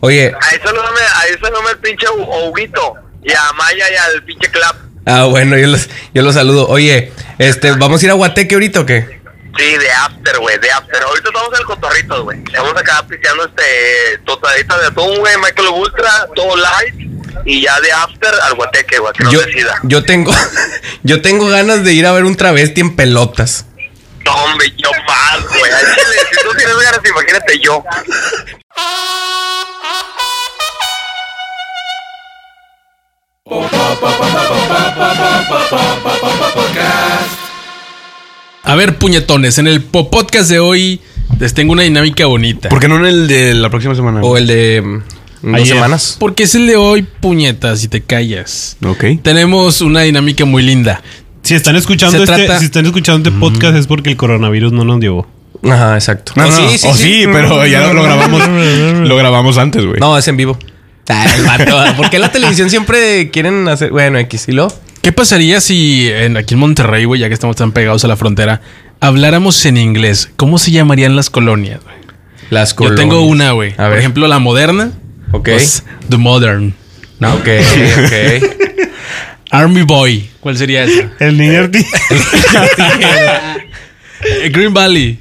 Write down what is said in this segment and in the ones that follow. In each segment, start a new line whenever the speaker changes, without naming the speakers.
Oye,
A eso no me, a eso no me el pinche Huguito. Y a Maya y al pinche Clap.
ah, bueno, yo los, yo los saludo. Oye, este, ¿vamos a ir a Guateque ahorita o qué?
Sí, de after, güey, de after. Ahorita estamos en el cotorrito, güey. Estamos acá pisteando este tostadita de atún, güey, Michael Ultra, todo light. Y ya de after al guateque, güey, que no
Yo,
decida.
yo tengo, yo tengo ganas de ir a ver un travesti en pelotas.
No, hombre, yo más, güey. Al chile, Si tú tienes ganas, imagínate yo.
A ver, puñetones, en el po- podcast de hoy les tengo una dinámica bonita.
¿Por qué no en el de la próxima semana?
O el de mm, dos
Ayer.
semanas.
Porque es el de hoy, puñetas, y te callas.
Ok.
Tenemos una dinámica muy linda.
Si están escuchando
Se
este,
trata-
si están escuchando este podcast es porque el coronavirus no nos llevó.
Ajá, exacto. Oh,
No,
O
no, no. o sí, pero ya lo, lo grabamos. lo grabamos antes, güey.
No, es en vivo. Ah, el vato. ¿Por qué la televisión siempre quieren hacer? Bueno, X y lo.
¿Qué pasaría si en- aquí en Monterrey, güey, ya que estamos tan pegados a la frontera, habláramos en inglés? ¿Cómo se llamarían las colonias? güey?
Las
Yo
colonias.
tengo una, güey.
A
Por
ver.
ejemplo, la moderna.
Ok.
pues, the Modern.
No, ok, ok.
Army Boy. ¿Cuál sería esa?
El niño Ortiz.
Eh, Green Valley.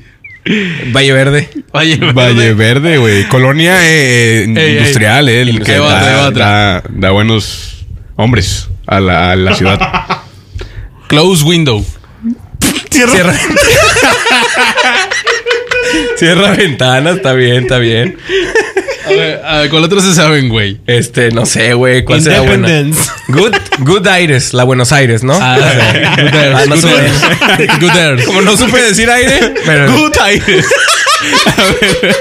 Valle Verde.
Valle Verde.
Valle Verde, güey. Colonia eh, eh,
ey.
industrial, eh, el que
Ahí va
da,
otra, ahí va otra.
da- da buenos hombres a la, a la ciudad.
Close Window.
Cierra. Cierra ventana, está bien, está bien.
A ver, a ver, ¿cuál otra se saben, güey?
Este, no sé, güey, ¿cuál será buena?
Independence.
Good, Good Aires, la Buenos Aires, ¿no?
Ah, Good Earth.
Ah, más o
Good
menos.
Earth. Good Earth.
Como no supe decir aire, pero
Good Aires.
Eh,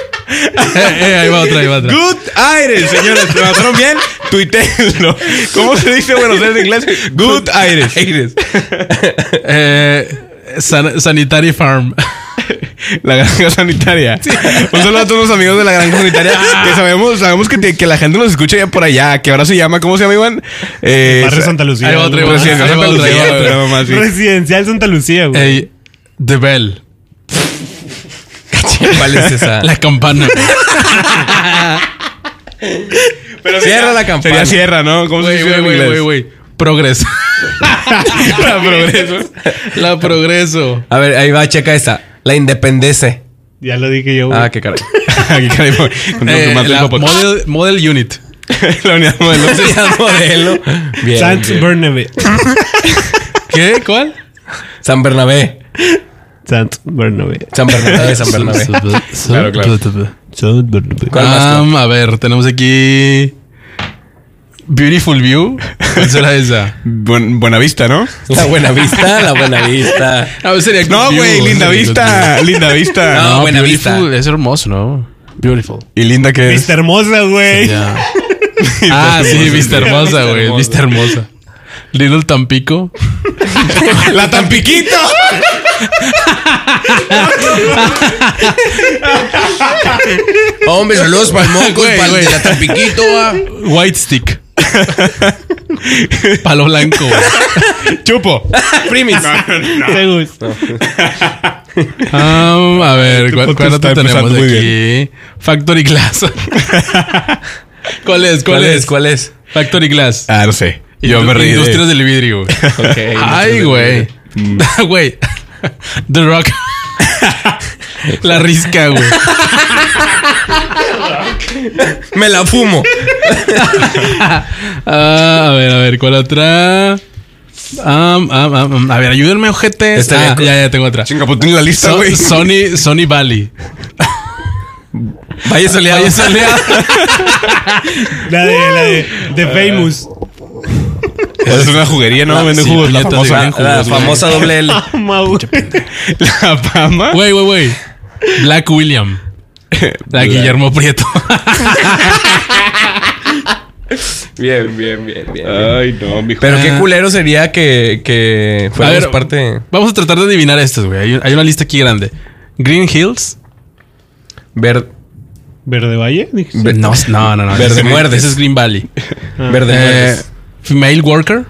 eh, ahí va otra, ahí va otra.
Good Aires, señores. ¿Lo pasaron bien? Tuiteenlo. ¿Cómo se dice Buenos Aires en inglés? Good Aires.
aires.
Eh, san- sanitary Farm.
La granja sanitaria. Un saludo a todos los amigos de la granja sanitaria
Ah.
que sabemos, sabemos que, te- que la gente nos escucha ya por allá, que ahora se llama, ¿cómo se llama, Iván? Eh,
Barrio Santa Lucía.
Ahí va otra, ahí va
Residencial
Ahí va
Santa
otra, ahí va
Lucía,
otra.
pero nomás, sí.
Residencial Santa Lucía, güey.
Ey, The Bell.
¿Cuál es
Ah.
esa?
La campana.
Cierra
Pero sería-
la campana.
Sería cierra, ¿no? ¿Cómo se
Güey,
dice
güey,
en
güey, güey,
inglés?
güey. Progreso.
Para progreso.
La progreso.
A ver, ahí va, checa esta. La Independencia.
Ya lo dije yo, güey.
Ah, qué caray.
Aquí caray, con- con lo que
Eh,
más
la
tengo por-
model, model Unit.
La unidad modelo.
Sería modelo. Bien,
Sant
bien.
Bernabé.
¿Qué? ¿Cuál?
San Bernabé.
Sant Bernabé.
San Bernabé, San Bernabé.
Claro, claro.
Sant Bernabé.
¿Cuál más,
Am, Ah, a ver, tenemos aquí. Beautiful View. ¿Cuál será esa?
Buen- buena vista, ¿no?
La Buena Vista, la Buena Vista.
A ver, sería
No,
Good
güey,
View, sería
linda
Good View.
vista. Linda vista.
No,
No, Buena
Beautiful
Vista.
es hermoso, ¿no? Beautiful.
¿Y linda que es?
Vista hermosa, güey.
Ya. ah, sí, Vista Hermosa, güey. Vista Hermosa. Little Tampico.
¡La Tampiquito!
Hombre, saludos para el Moco
Güey,
y para
güey.
el de la Tampiquito, va.
White Stick. Palo Blanco.
¡Chupo!
Primis.
Segus.
Um, a ver,
Tu
¿cuál,
podcast
cuál otro
está
tenemos
empezando muy
aquí? Factory Glass. ¿Cuál es? ¿Cuál,
¿Cuál
es?
es? ¿Cuál es?
Factory Glass.
Ah, no sé. Yo
Indu-
me reí.
Industrias
de-
del vidrio. güey.
Ok,
Ay, güey. Güey. The Rock. La risca, güey.
Me la fumo.
Ah, a ver, a ver, ¿cuál otra? Am, am, am, am. a ver, ayúdenme, ojete.
Está
Ah,
bien.
ya, ya tengo otra.
Chinga, pues tiene la lista,
So-
güey.
Sony, Sony Valley.
Vaya soleado.
Valle Soleado.
La de, la de, de
Ah.
Famous.
Es una juguería, ¿no? Venden
sí,
jugos. La
puñetas,
famosa.
venden jugos.
La famosa doble L.
Mamá, güey.
La fama.
Güey, güey, güey. Black William. La Guillermo Prieto.
Bien, bien, bien, bien.
Ay, no, mijo.
Ah. Pero qué culero sería que, que
a
fuéramos
ver,
parte
vamos a tratar de adivinar estas, güey. Hay, hay una lista aquí grande. Green Hills.
ver-
¿Verde Valle? Dije, sí.
Ve-
No, no, no. no.
Verde
Ese es Green-
Muerdes.
Ese es Green Valley.
verde.
Eh,
verdes.
female worker.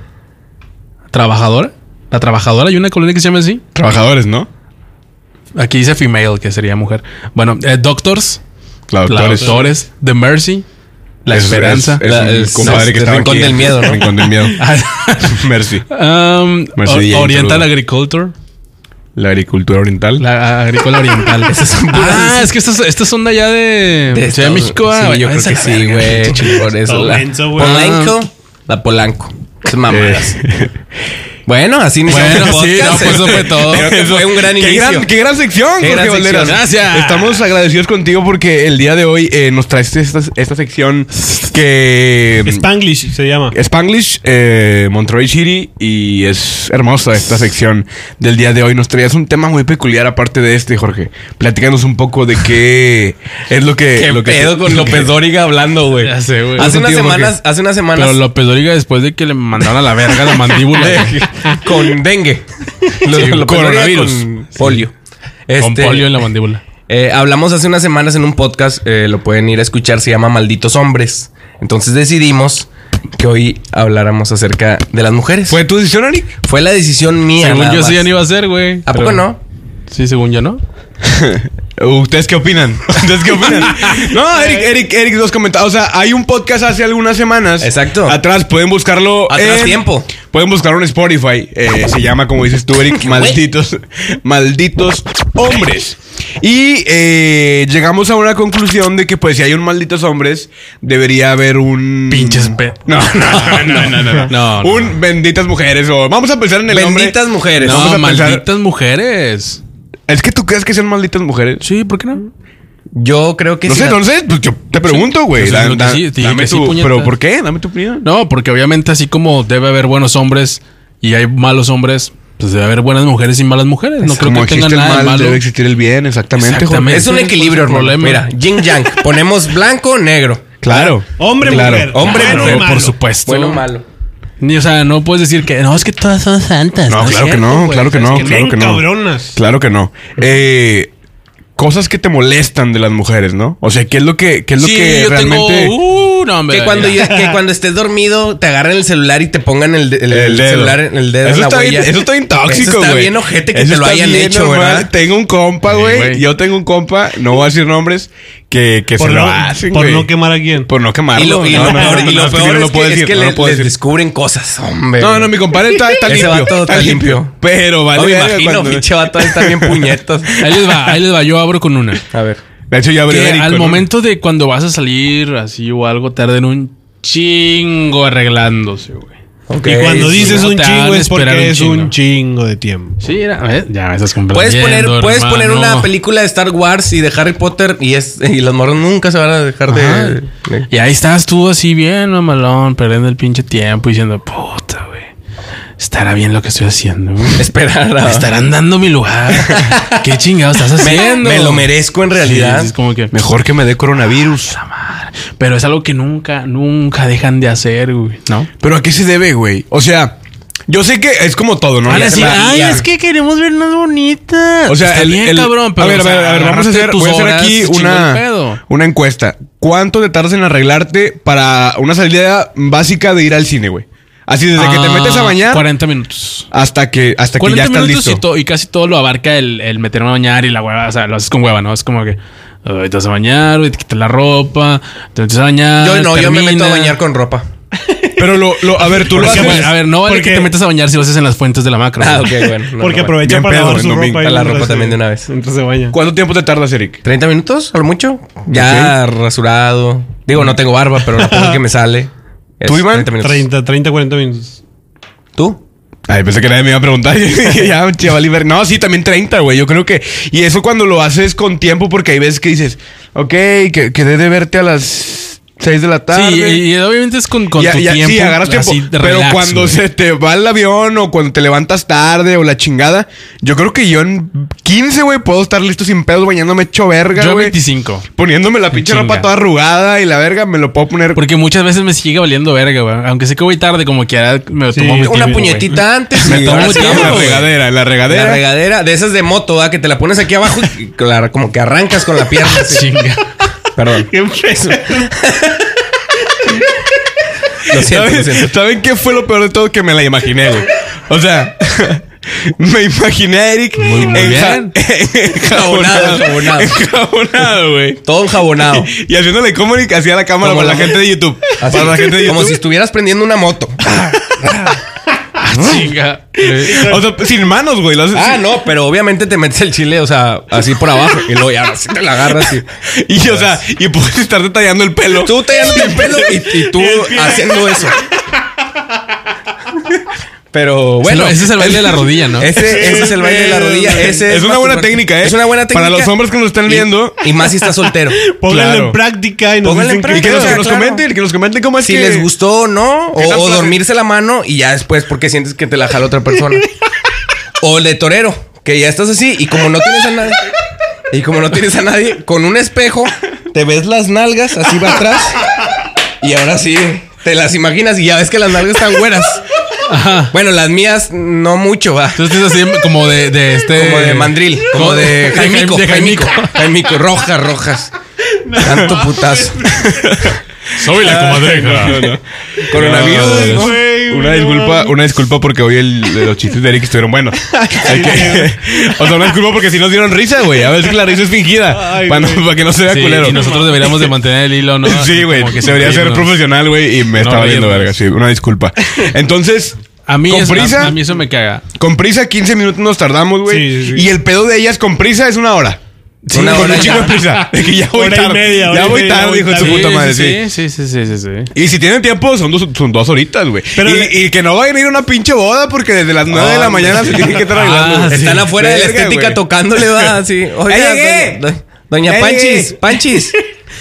Trabajadora. La trabajadora. Hay una colonia que se llama así.
Trabajadores, ¿no?
Aquí dice female, que sería mujer. Bueno, eh, doctors.
Clauditores.
Doctores. The Mercy. La
Es-
esperanza.
Es, es
La-
un
es-
compadre
no,
que
es
estaba
Rincón
aquí.
del Miedo, ¿no? Ah.
Rincón del miedo. Mercy.
Um,
Mercy
O-
DJ
Oriental
Intruder.
Agriculture.
La agricultura oriental.
La agrícola oriental. ah, es que estas, estas son de allá de,
De
Ciudad de
Estados-
México. ah,
Sí, yo creo
váyanse
que
a la
sí,
verga.
güey. Chingón eso. La
Polanco, güey.
Polanco. La Polanco. Esas mamadas. Bueno, así iniciamos
Bueno,
el
sí,
podcast.
no, pues eso fue todo.
Creo que fue un gran
Qué
inicio.
gran, qué gran sección,
Qué
Jorge
gran sección,
Valderas.
gracias.
Estamos agradecidos contigo porque el día de hoy eh, nos traes esta, esta sección que
Spanglish se llama.
Spanglish, eh, Monterrey City y es hermosa esta sección del día de hoy. Nos traías un tema muy peculiar aparte de este, Jorge. Platícanos un poco de qué es lo que...
Qué
lo que
pedo con López Dóriga hablando, güey.
Ya sé, güey.
Hace
Yo
unas
contigo, Jorge.
semanas, hace unas
Pero
semanas
López Dóriga, después de que le mandaron a la verga la mandíbula. güey.
con dengue. Lo-
Sí,
López Dóriga
coronavirus.
Con polio.
Con
Este,
polio en la mandíbula.
Eh, hablamos hace unas semanas en un podcast, eh, lo pueden ir a escuchar, se llama Malditos Hombres. Entonces decidimos que hoy habláramos acerca de las mujeres.
¿Fue
Fue,
tu decisión, Eric?
la decisión mía.
Según
nada
yo, sí
más.
ya no iba a ser, güey.
¿A poco
Pero-
no?
Sí, según yo, ¿no?
¿Ustedes qué opinan? ¿Ustedes qué opinan? No, Eric, Eric, Eric nos comentaba. O sea, hay un podcast hace algunas semanas.
Exacto.
Atrás, pueden buscarlo.
Atrás
en-
tiempo.
Pueden buscarlo en Spotify. eh, se llama, como dices tú, Eric, Malditos, Malditos Hombres. Y eh, llegamos a una conclusión de que, pues, si hay un Malditos Hombres, debería haber un.
Pinches pe-
No, no, no, no, no.
No, no.
Un Benditas Mujeres o. Vamos a pensar en el nombre.
Benditas mujeres.
No, vamos
No,
a
malditas
pensar-
mujeres.
Es que tú crees que sean Malditas Mujeres.
Sí, ¿por qué no?
Yo creo que
No
sí.
sé, no sé, pues yo te pregunto, güey.
Pues,
Da-
lo que
da-
sí, sí,
dame
que sí,
tu-
puñetas.
pero ¿por qué? Dame tu opinión.
No, porque obviamente así como debe haber buenos hombres y hay malos hombres, pues debe haber buenas mujeres y malas mujeres. No creo
Como
que tengan
existe el
nada de
mal,
malo.
debe existir el bien, exactamente.
Exactamente.
Jorge.
Es un equilibrio, hermano.
Problema.
Mira, yin yang. Ponemos blanco, negro.
Claro.
Hombre,
Claro.
mujer.
Hombre,
Bueno,
mujer,
Pero,
malo.
por supuesto.
Bueno, malo.
Ni, o sea, no puedes decir que no, es que todas son santas.
No,
es
claro que
cierto,
no,
güey.
claro que
Es
no,
que
claro
ven
que no.
cabronas.
Claro que no. Eh, cosas que te molestan de las mujeres, ¿no? O sea, ¿qué es lo que, qué es lo
Sí,
que
yo
realmente.
tengo. Uh, no, hombre,
Que cuando,
mira.
ya- que cuando estés dormido te agarren el celular y te pongan el, de- el- el
dedo.
celular en el dedo. en
Eso,
la
está bien,
huella.
eso está bien tóxico,
Eso
güey.
está bien ojete que
Eso
te lo
está
hayan
bien
hecho,
normal.
¿verdad?
Tengo un compa, güey.
güey.
yo tengo un compa, no voy a decir nombres, que, que se
Por
lo
no,
hacen,
por
güey.
no quemar a quién.
Por no quemarlo.
Y lo, y lo
No, no,
peor,
no,
y lo
no, es que
peor
no
es,
lo puedo
que, es
decir,
que
no
le-
lo puedo
les
decir.
descubren cosas, hombre.
No, no, mi compadre está, está
Ese
limpio.
vato está limpio.
Pero vale.
No me
verga
imagino,
cuando-
pinche vato, están bien puñetos.
Ahí les va, ahí les va, yo abro con una.
A ver.
De hecho, ya
Que
abrió Eric
al
con-
momento de cuando vas a salir así o algo, tarden un chingo arreglándose, güey.
y cuando
sí.
dices
no
un
te hagan
chingo es
esperar un
porque es
chingo.
un chingo de tiempo.
Sí, era- ¿ves? ya me estás
Puedes
comprendiendo.
poner, puedes poner
hermano.
una película de Star Wars y de Harry Potter y es y los moros nunca se van a dejar
Ajá.
de, de-
Y ahí estás tú así bien, mamalón, perdiendo el pinche tiempo y diciendo, puta, güey. Estará bien lo que estoy haciendo. güey.
esperar a-
Me estarán dando mi lugar. ¿Qué chingados estás
me,
haciendo?
me lo merezco en realidad.
Sí, es como que,
Mejor que me dé coronavirus.
pero es algo que nunca, nunca dejan de hacer, güey. ¿No?
Pero ¿a qué se debe, güey? O sea, yo sé que es como todo, ¿no?
Van a
Ya
decir,
se me-
ay,
ya.
es que queremos vernos bonitas.
O sea,
Está
el,
bien,
el-
cabrón, pero.
a ver,
o
a ver,
sea,
a ver, vamos a
agárrate
hacer,
tus
voy a hacer
horas,
aquí
chingo el
una,
pedo.
una encuesta. ¿Cuánto te tardas en arreglarte para una salida básica de ir al cine, güey? Así desde que te
Ah,
metes a bañar
40 minutos.
hasta que hasta que
40
ya estás
minutos
listo.
y, to- y casi todo lo abarca el, el meterme a bañar y la hueva. O sea, lo haces con hueva, ¿no? Es como que ay, te vas a bañar, güey, te quitas la ropa, te metes a bañar.
yo no, yo me meto a
terminas.
bañar con ropa.
Pero lo, lo- a ver, tú lo
Porque,
haces.
bueno, a ver, no vale
porque-
que te metas a bañar si lo haces en las fuentes de la macro.
Ah,
güey.
ok, bueno. no,
porque
no, bueno.
aprovecha
Bien
para
pedo,
lavar
en
su
domingo.
ropa. y
A la
mientras
ropa
se-
también de una vez.
Mientras se baña.
¿Cuánto tiempo te tardas, Eric?
¿30 minutos? ¿A lo mucho? Ya rasurado. Digo, no tengo barba, pero la poca que me sale. es
¿Tú, Iván?
30 minutos.
30, 30, 40 minutos.
¿Tú?
Ay, pensé que nadie me iba a preguntar. Yo dije, ya, chaval, y ver- No, sí, también 30, güey. Yo creo que. Y eso cuando lo haces con tiempo, porque hay veces que dices, ok, que, quedé de verte a las 6 de la tarde.
Sí, y, y obviamente es con, con
Ya-
tu
ya-
tiempo.
sí, agarras tiempo.
así,
pero
relax,
cuando
güey.
se te va el avión o cuando te levantas tarde o la chingada, yo creo que yo en 15, güey, puedo estar listo sin pedos bañándome hecho verga,
Yo a
güey.
25.
Poniéndome la pinche
Chinga.
ropa toda arrugada y la verga, me lo puedo poner.
Porque muchas veces me sigue valiendo verga, güey. Aunque sé que voy tarde, como que ahora me
Sí,
tomo mi
Una
tiempo, güey.
puñetita antes.
Me
y
tomo
ahora
mi
sí,
tiempo,
en la
güey.
regadera, en la regadera.
La regadera, de esas de moto, ¿ah? que te la pones aquí abajo y claro, como que arrancas con la pierna. así.
Chinga.
Perdón. Lo siento, lo
¿Saben,
siento.
¿Saben qué fue lo peor de todo? Que me la imaginé, güey. O sea, Me imaginé a Eric
Muy, muy
enja-
bien.
enjabonado.
Enjabonado, enjabonado.
Enjabonado, güey.
Todo enjabonado.
Y haciéndole cómic hacía la cámara
Como
para la
la-
gente de YouTube.
Así,
Para la gente de
como
YouTube.
si estuvieras prendiendo una moto.
"Ah, Chinga.
O sea, pues, sin manos, güey. lo haces
Ah,
sin-
no, pero obviamente te metes el chile, o sea, así por abajo. Y luego ya así te la agarras y.
Y, o sea, y puedes estar detallando el
Pues.
pelo.
Tú tallándote el pelo y, y tú haciendo eso. Pero bueno.
Bueno, ese es el baile de la rodilla, ¿no?
Ese, ese es el baile de la rodilla. Ese
Es una buena
masturbarte.
técnica, ¿eh?
Es una buena técnica.
Para los hombres que nos están
Y-
viendo.
Y, más si estás soltero.
Pónganlo
Claro.
en práctica y nos
Pónganlo en
dicen
Y
qué
que
práctica.
pedo.
los que
Claro,
nos
claro.
comenten, que nos comenten cómo es
Si
que-
les gustó o no.
¿Qué
O,
tan
o
placer?
dormirse la mano y ya después porque sientes que te la jala otra persona. o el de torero, que ya estás así y como no tienes a nadie. Y como no tienes a nadie, con un espejo te ves las nalgas así va atrás. Y ahora sí, te las imaginas y ya ves que las nalgas están güeras.
Ajá.
Bueno, las mías no mucho, va.
Entonces es así como de, de este.
Como de mandril, como de Jaimico,
de
Jaimico, Jaimico, rojas, rojas. Tanto putazo.
Soy la comadreja.
No, no.
Coronavirus,
Coronavirus.
Ah, ¿no?
Güey,
Una
no
disculpa,
mames.
una disculpa porque hoy el- los chistes de Eric estuvieron buenos. Hay que- o sea, una disculpa porque si nos dieron risa, güey. A ver si la risa es fingida.
Ay,
para, no-
güey.
para que no se vea
Sí,
culero.
y nosotros deberíamos de mantener el hilo, ¿no?
sí,
Así
güey.
como que
Debería ser
reírnos.
profesional, güey. Y me
No
estaba viendo
reírnos.
verga. Sí, una disculpa. Entonces,
A mí,
con
eso,
prisa,
a, a mí eso me caga.
con prisa, 15 minutos nos tardamos, güey.
Sí, sí, sí.
Y el pedo de ellas con prisa es una hora.
Sí,
una
con
hora.
un
Un
chingo
de
de
prisa. De que ya voy
Hora y
tarde.
media, hora
ya
y
voy
media,
tarde,
voy
hijo de su
tarde.
puta madre. sí.
sí, sí, sí, sí, sí, sí.
Y si tienen tiempo, son dos, son dos horitas, güey.
Pero
y,
le-
y que no vayan a ir a una pinche boda porque desde las 9 de la
Ah,
mañana se tienen que estar arreglando.
Ah,
güey.
Están
Sí,
afuera de la
verga,
estética
güey.
tocándole, va, así. Oiga,
¡Ya llegué!
doña, do- doña
¡Ya
Panchis,
llegué!
Panchis,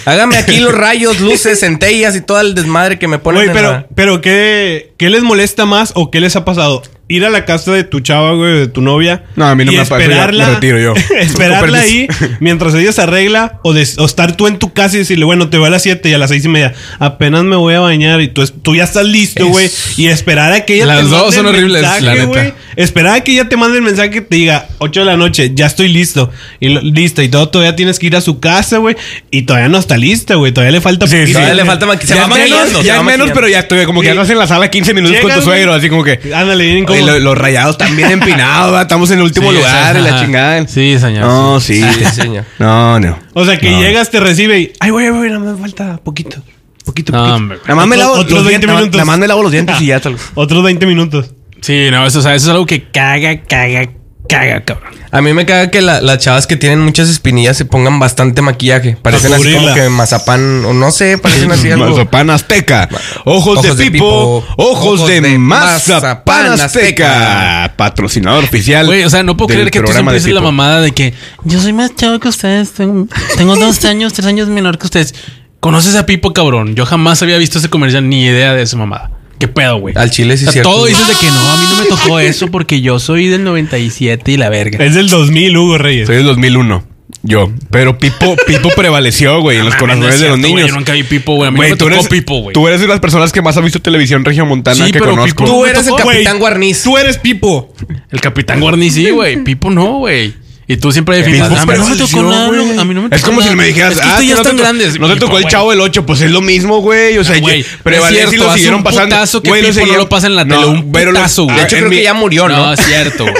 hágame aquí los rayos, luces, centellas y todo el desmadre que me ponen.
Güey,
en
pero,
la-
pero ¿qué, ¿qué les molesta más o qué les ha pasado? Ir a la casa de tu chava, güey, de tu novia.
No, a mí no
y
me ha pasado, ya
esperarla,
me retiro yo. Con
esperarla ahí
permiso.
mientras ella se arregla o, des- o estar tú en tu casa y decirle, bueno, te voy a las 7 y a las 6 y media. Apenas me voy a bañar y tú, es- tú ya estás listo, güey. Y esperar a que ella
Las dos
mande
son
el
horribles,
mensaje,
la neta.
güey. Esperar a que ella te mande el mensaje que te diga 8 de la noche, ya estoy listo. Y lo- listo, y todo, todavía tienes que ir a su casa, güey. Y todavía no está lista, güey. Todavía le falta...
Sí, sí.
Todavía le falta maqui- se
Ya
va maquillando,
menos,
se
ya
va
menos,
maquillando.
pero ya estoy como que
Sí.
andas en la sala 15 minutos con
Llegas,
tu suegro,
güey.
así como que.
Ándale, bien como...
Oye, lo- los rayados están bien empinados, va, estamos en el último
Sí,
lugar,
o sea,
la
ajá.
chingada.
Sí, señor,
No, sí.
Sí, señor.
No, no.
O sea, que llegas, te recibe y. Ay, güey, güey, nada más falta poquito. Poquito, poquito.
No, hombre, güey.
Nada más me
Otro-
lavo
otros
los
20
dientes, nada más-
minutos.
nada más me lavo los dientes y ya salgo.
Otros 20 minutos.
Sí, no, eso, o sea, eso es algo que caga, caga, caga, cabrón.
A mí me caga que la- las chavas que tienen muchas espinillas se pongan bastante maquillaje. Parecen así como
cubrirla.
que mazapán, o no sé, parecen así algo.
Mazapán azteca. Ojos,
Ojos
de,
de
pipo,
pipo,
Ojos de, mazapán
mazapán
azteca. Patrocinador oficial.
Güey, o sea, no puedo
del
creer que tú siempre
programa de
dices la
Pipo.
mamada de que yo soy más chavo que ustedes, tengo, tengo dos años, tres años menor que ustedes. ¿Conoces a Pipo, cabrón? Yo jamás había visto ese comercial ni idea de esa mamada. ¿Qué pedo, güey?
Al chile sí
O sea,
es cierto,
Todo
güey.
dices de que no, a mí no me tocó eso porque yo soy del 97 y la verga.
Es del 2000, Hugo Reyes.
Soy del 2001. Yo. Pero Pipo, Pipo prevaleció, güey, en los
Ah, No mames, no
corazones
es
de los
cierto, güey,
niños.
yo nunca vi Pipo, güey. A mí no me
tú
tocó
eres,
Pipo, güey.
Tú eres de las personas que más ha visto televisión regiomontana
Sí,
que
pero
conozco.
Pipo-
Tú
me
eres el
tocó, güey.
capitán Guarniz.
Tú eres Pipo.
El Capitán Guarniz, sí, güey. Pipo no, güey. Y tú siempre defiendes. "Ah,
Pipo
A mí no me
prevaleció,
tocó nada,
güey.
no, a mí no me tocó
Es como si
nada".
me dijeras, "Ah,
Es que ustedes
que
ya
no te
están
tocó-
grandes.
No te
Pipo,
tocó el
güey.
chavo del 8, pues es lo mismo, güey. O sea,
Ah, güey,
yo- prevalece
es
y
cierto,
lo
hace
siguieron
un
pasando.
putazo que
Güey, lo
Pipo no
siguieron-
lo pasa en la tele, un
pero lo-
putazo, güey.
De
Ah,
hecho,
en
creo
mi-
que ya murió, ¿no?
No, es cierto, güey.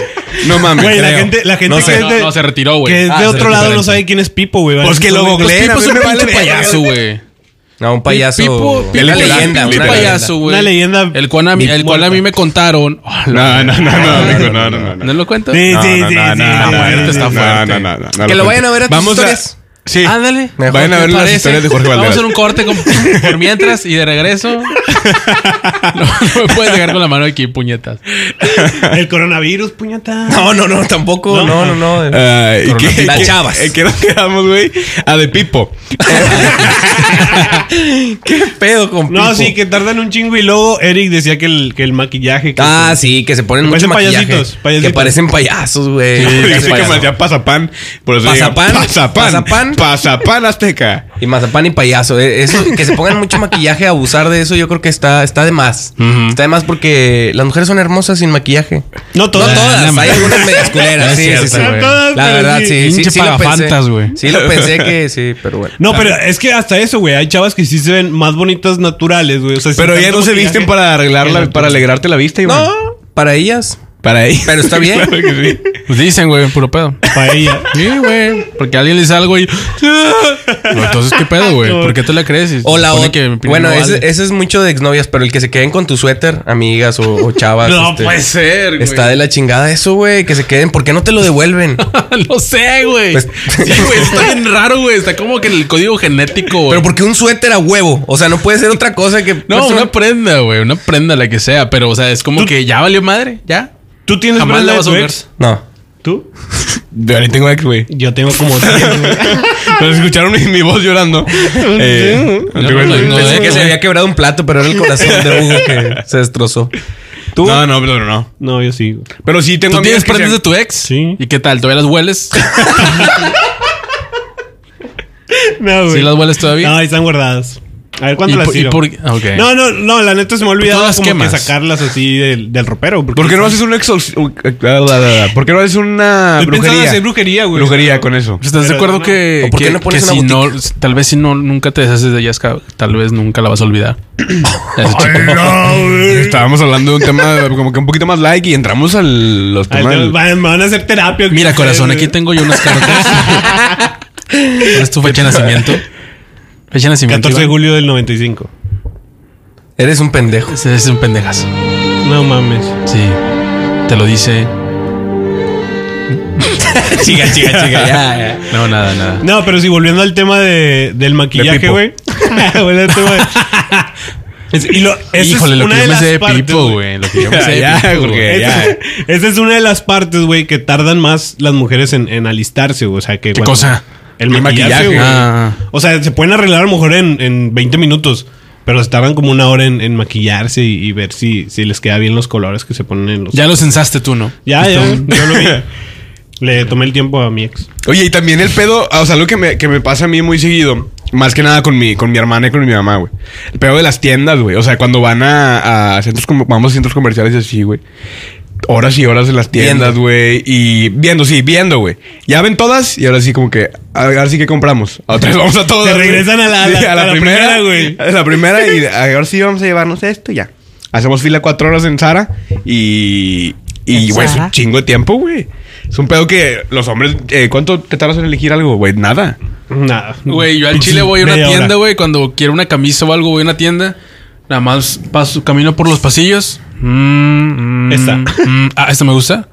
No mames.
Güey, la
creo.
gente, la gente
No
que
sé.
es de,
No, no, se retiró, güey.
Que es
Ah,
de
se
otro
retiró,
lado no
diferente.
sabe quién es Pipo, güey.
Pues que lo googleen,
Pipo
a
es
mí
un
me vale
pinche
verga.
payaso, güey.
No, un payaso.
Pipo, Pipo
una
es un
leyenda,
pinche
una
payaso,
leyenda.
güey.
Una leyenda
El cual a mí, el cual a mí
muerta.
me contaron. Oh, la-
No, no, no, no, amigo, no, no, no, no.
¿No lo cuento?
Sí,
No,
sí,
no,
sí,
no,
sí,
no,
sí,
no,
sí,
no,
sí,
está
no,
fuerte.
no, no, no, no
Que lo
cuento.
vayan a ver a tus
Vamos
historias.
Sí.
Ándale.
Mejor
Vayan a
que
ver las
parece.
historias de Jorge
Ah, Vamos a
Valderas.
hacer un corte con- por mientras y de regreso. No, no me puedes dejar con la mano aquí, puñetas.
El coronavirus, puñata.
No, no, no, tampoco. No, Eh. no, no.
Ah, ¿y qué-
Coronavirus.
qué-
Las chavas.
¿En qué nos quedamos, güey? A de Pipo.
¿Qué pedo con
No,
Pipo?
sí, que tardan un chingo y luego Eric decía que el, que el maquillaje. que-
Ah, sí, que se ponen
Que
mucho
parecen
maquillaje.
payasitos,
Que
payasitos.
parecen payasos, güey.
Yo
Parecen
dije que me
payasos.
decía pasapán. Por eso
Pasapán,
digo, Pasapán. Pasapán.
pasapán.
azteca.
Y mazapán y payaso. eh, Eso, que se pongan mucho maquillaje, abusar de eso, yo creo que está, está de más. Está de más porque las mujeres son hermosas sin maquillaje.
No todas.
No todas,
no,
hay
no.
algunas medias
No
culeras.
es
Sí, sí,
cierto,
sí.
güey. No todas,
La
pero
verdad,
sí.
sí. Sí,
Pinche
sí, lo pensé.
pagafantas, güey.
Sí, lo pensé que sí, pero bueno.
No, pero es que hasta eso, güey. Hay chavas que sí se ven más bonitas naturales, güey. O sea, sin
Pero ya
tanto
no se
maquillaje.
visten para
Exacto.
arreglarla, para alegrarte la vista, Iván.
No, para ellas.
Para ella.
Pero está bien.
Claro que sí.
Pues dicen, güey, puro pedo.
Para ella.
Sí, güey. Porque alguien le dice algo y. No, entonces, ¿qué pedo, güey? ¿Por qué te la crees? Y
O la
supone
ot-
que mi opinión
Bueno,
no
ese,
vale.
ese es mucho de exnovias, pero el que se queden con tu suéter, amigas o, o chavas.
No
este,
puede ser, güey.
Está de la chingada eso, güey. Que se queden. ¿Por qué no te lo devuelven?
Lo sé, güey.
Pues-
Sí, güey. Está bien raro, güey. Está como que en el código genético, güey.
pero porque un suéter a huevo. O sea, no puede ser otra cosa que.
No,
pues,
una prenda, güey. Una prenda, la que sea. Pero, o sea, es como que ya valió madre. Ya.
¿Tú tienes
Jamás
prenda
la
de
vas a
tu
ver.
ex?
No.
¿Tú?
De ahí tengo ex, güey.
Yo tengo como tres, güey.
Pero escucharon mi, mi voz llorando. Eh, no, tengo
no,
ex,
no,
güey.
Pensé
no,
que
no,
se
no.
había quebrado un plato, pero era el corazón de Hugo que se destrozó. ¿Tú?
no, no, pero no.
No, yo sí. güey.
Pero sí tengo
¿Tú tienes
amigas que
prendas
se-
de tu ex?
Sí.
¿Y qué tal? ¿Todavía las hueles?
No, güey.
¿Sí las hueles todavía?
No, ahí están guardadas. A ver
¿Y
cuánto las
por- y
tiro.
por qué? Ah, ok.
No, no, no, la neta se me ha olvidado
Tú las
como
quemas.
que sacarlas así del, del ropero.
¿Por qué no haces un exorci... ¿Por qué no haces una
Estoy pensando en
brujería? Pues,
hacer brujería, güey.
Brujería con eso.
¿Estás de
Pero
acuerdo
no.
que,
¿O por qué
que-
no pones
que
una
si no, tal vez si no nunca te deshaces de ellas, ca- tal vez nunca la vas a olvidar? A ese chico.
Estábamos hablando de un tema como que un poquito más like y entramos a los
Ay,
temas.
no, van, van a hacer terapia.
Mira, corazón,
eh.
aquí tengo yo unas cartas. ¿Cuál es tu fecha de nacimiento? Fecha de nacimiento.
14 de
Iván?
julio del 95.
Eres un pendejo.
Ese es un pendejazo.
No mames.
Sí. Te lo dice.
chica, chica, chica. Ya,
No, nada, nada.
No, pero sí, volviendo al tema de, del maquillaje,
Pipo.
güey. Volviendo al tema de- Es- y lo- esa es
Híjole, lo
una
que yo me
las
sé de
partes,
Pipo, güey. Lo que yo me sé de
Ya,
Pipo,
porque
güey.
ya.
Esa, esa es una de las partes, güey, que tardan más las mujeres en, en alistarse, güey. O sea, que.
¿Qué cosa?
El
El maquillaje,
maquillaje, güey.
ah.
O sea, se pueden arreglar a lo mejor en, en 20 minutos, pero se tardan como una hora en, en maquillarse y, y ver si, si les queda bien los colores que se ponen en los.
Ya lo censaste tú, ¿no?
ya, ya, yo lo vi. Le tomé el tiempo a mi ex.
Oye, y también el pedo, o sea, algo que me, que me pasa a mí muy seguido, más que nada con mi, con mi hermana y con mi mamá, güey. El pedo de las tiendas, güey. O sea, cuando van a, a centros, com- vamos a centros comerciales y así, güey. Horas y horas en las tiendas,
Viendo.
güey. Y viendo, sí, viendo, güey. Ya ven todas y ahora sí como que, a- ahora sí que compramos. A otras vamos a todas.
Te
güey.
regresan a la-
Sí,
la- a la primera, güey.
A la primera y ahora sí vamos a llevarnos esto y ya. Hacemos fila cuatro horas en Sara y... Y, güey, es un chingo de tiempo, güey. Es un pedo que los hombres... eh, ¿Cuánto te tardas en elegir algo, güey? Nada.
Nada. Pues
Güey, yo al chile voy a una
Media hora.
tienda, güey. Cuando quiero una camisa o algo, voy a una tienda. Nada más paso, camino por los pasillos. Mm, mm,
Esta.
mm, ah, esta me gusta.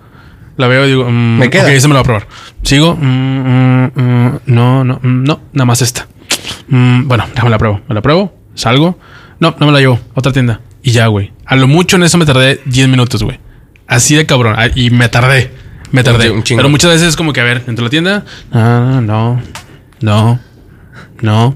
La veo y digo, mm,
Me queda.
Ok, esta me la voy a probar. Sigo. mm, mm, mm, no, no, mm, no, nada más esta. Mm, bueno, déjame la pruebo. Me la pruebo, salgo. No, no me la llevo. Otra tienda. Y ya, güey. A lo mucho en eso me tardé 10 minutos, güey. Así de cabrón. Ah, Y me tardé. Me tardé.
Un chingo.
Pero muchas veces es como que, a ver, entro a la tienda. Ah, no, no, no.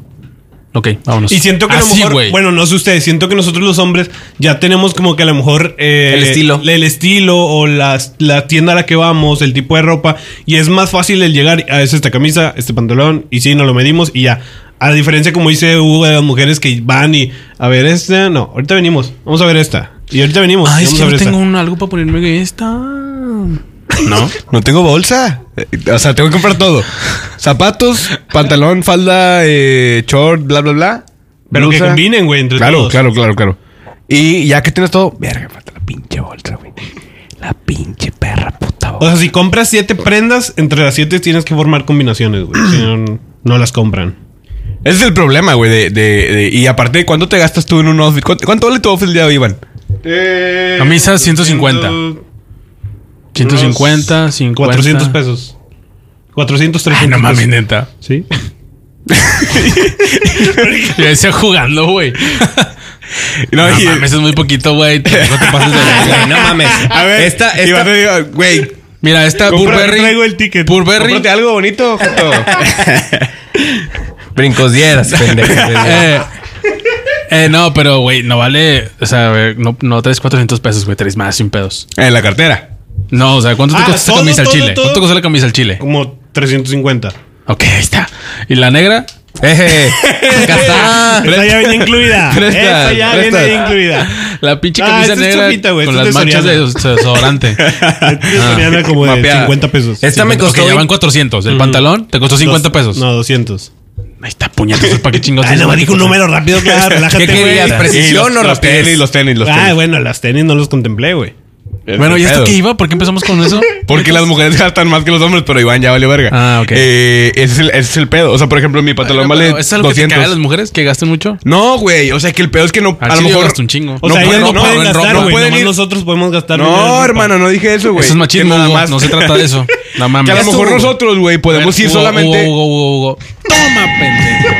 Ok, vámonos.
Y siento que a lo
Así,
mejor,
güey.
bueno, no sé ustedes, siento que nosotros los hombres ya tenemos como que a lo mejor eh,
El estilo.
el estilo o las- la tienda a la que vamos, el tipo de ropa y es más fácil el llegar a es esta camisa, este pantalón y sí, nos lo medimos y ya. A diferencia como dice Hugo de las mujeres que van y a ver esta, no, ahorita venimos, vamos a ver esta y ahorita venimos,
Ay,
y
es
vamos
que
a ver
no tengo
esta.
un- algo para ponerme que esta. No.
No tengo bolsa. Eh, O sea, tengo que comprar todo. Zapatos, pantalón, falda, eh, short, bla, bla, bla.
Pero que
Blusa.
combinen, güey, entre
Claro,
todos.
claro, claro, claro. Y ya que tienes todo... Verga, falta la pinche bolsa, güey. La pinche perra puta
O
bolsa.
sea, si compras siete prendas, entre las siete tienes que formar combinaciones, güey, si no, no las compran.
Ese es el problema, güey. De, de- de- y aparte, ¿cuánto te gastas tú en un outfit? ¿Cuánto, cuánto vale tu outfit el día de hoy, Iván?
Eh,
Camisa 150.
Ciento-
150, 50.
400 pesos. 400, 300
Ay, no mames,
pesos.
neta.
Sí.
Yo decía jugando, güey. No,
y-
mames, es muy poquito, güey. No te pases de verga.
No mames.
A ver,
Esta, esta-
Iván te digo, güey,
Mira, esta
Compra-
Burberry.
traigo el ticket.
Burberry.
cómprate algo bonito, Joto.
Brincos dieras, pendejo.
Eh, eh, no, pero, güey, no vale. O sea, güey, no, no traes 400 pesos, güey. Traes más sin pedos.
en la cartera.
No, o sea, ¿cuánto te
Ah,
costó esta
todo,
camisa al
todo,
chile?
todo.
¿Cuánto costó la camisa al chile?
Como 350.
Ok, ahí está. ¿Y la negra?
Eje, acá
Ah,
está.
Esta ya viene incluida.
Presta,
Esta Ah, ya
presta.
viene incluida.
La pinche
Ah,
camisa
esa es
negra
chupita, güey,
con
esa
las
es
manchas de
Soriana.
desodorante.
Esta Soriana como de
Mapeada.
50 pesos.
Esta me
Ok,
costó.
ya van 400. El pantalón te costó 50
Dos-
pesos.
No, 200.
Ahí está, puñetazo. ¿Para qué chingados?
Ay, no,
tienes
marico, un
400?
número rápido, claro. Relájate,
¿Qué querías?
güey.
Precisión
Y los,
o
los
rapidez?
tenis, los tenis, los tenis.
Ah, bueno, las tenis no los contemplé, güey.
Es
Bueno,
mi
¿y esto
pedo.
qué iba? ¿Por qué empezamos con eso?
Porque las mujeres gastan más que los hombres, pero Iván ya vale verga.
Ah, ok.
Eh, ese, es el, ese es el pedo. O sea, por ejemplo, mi pantalón
Bueno,
vale
pero ¿Es algo que te
200.
caga a las mujeres que gasten mucho?
No, güey. O sea, que el pedo es que no.
Al
A lo
chile yo
mejor.
gasto un chingo.
O sea,
No
ellas
pueden-
no,
no,
pueden
no,
gastar,
no
güey.
pueden
nomás
ir-
nosotros podemos gastar.
No, hermano, no dije eso, güey.
Eso es machismo,
Que nada
Hugo.
más-
No se trata de eso. No mames.
Que a lo mejor nosotros, güey, podemos ir
Hugo,
solamente.
Hugo, Hugo, Hugo, Hugo. Toma, pendejo.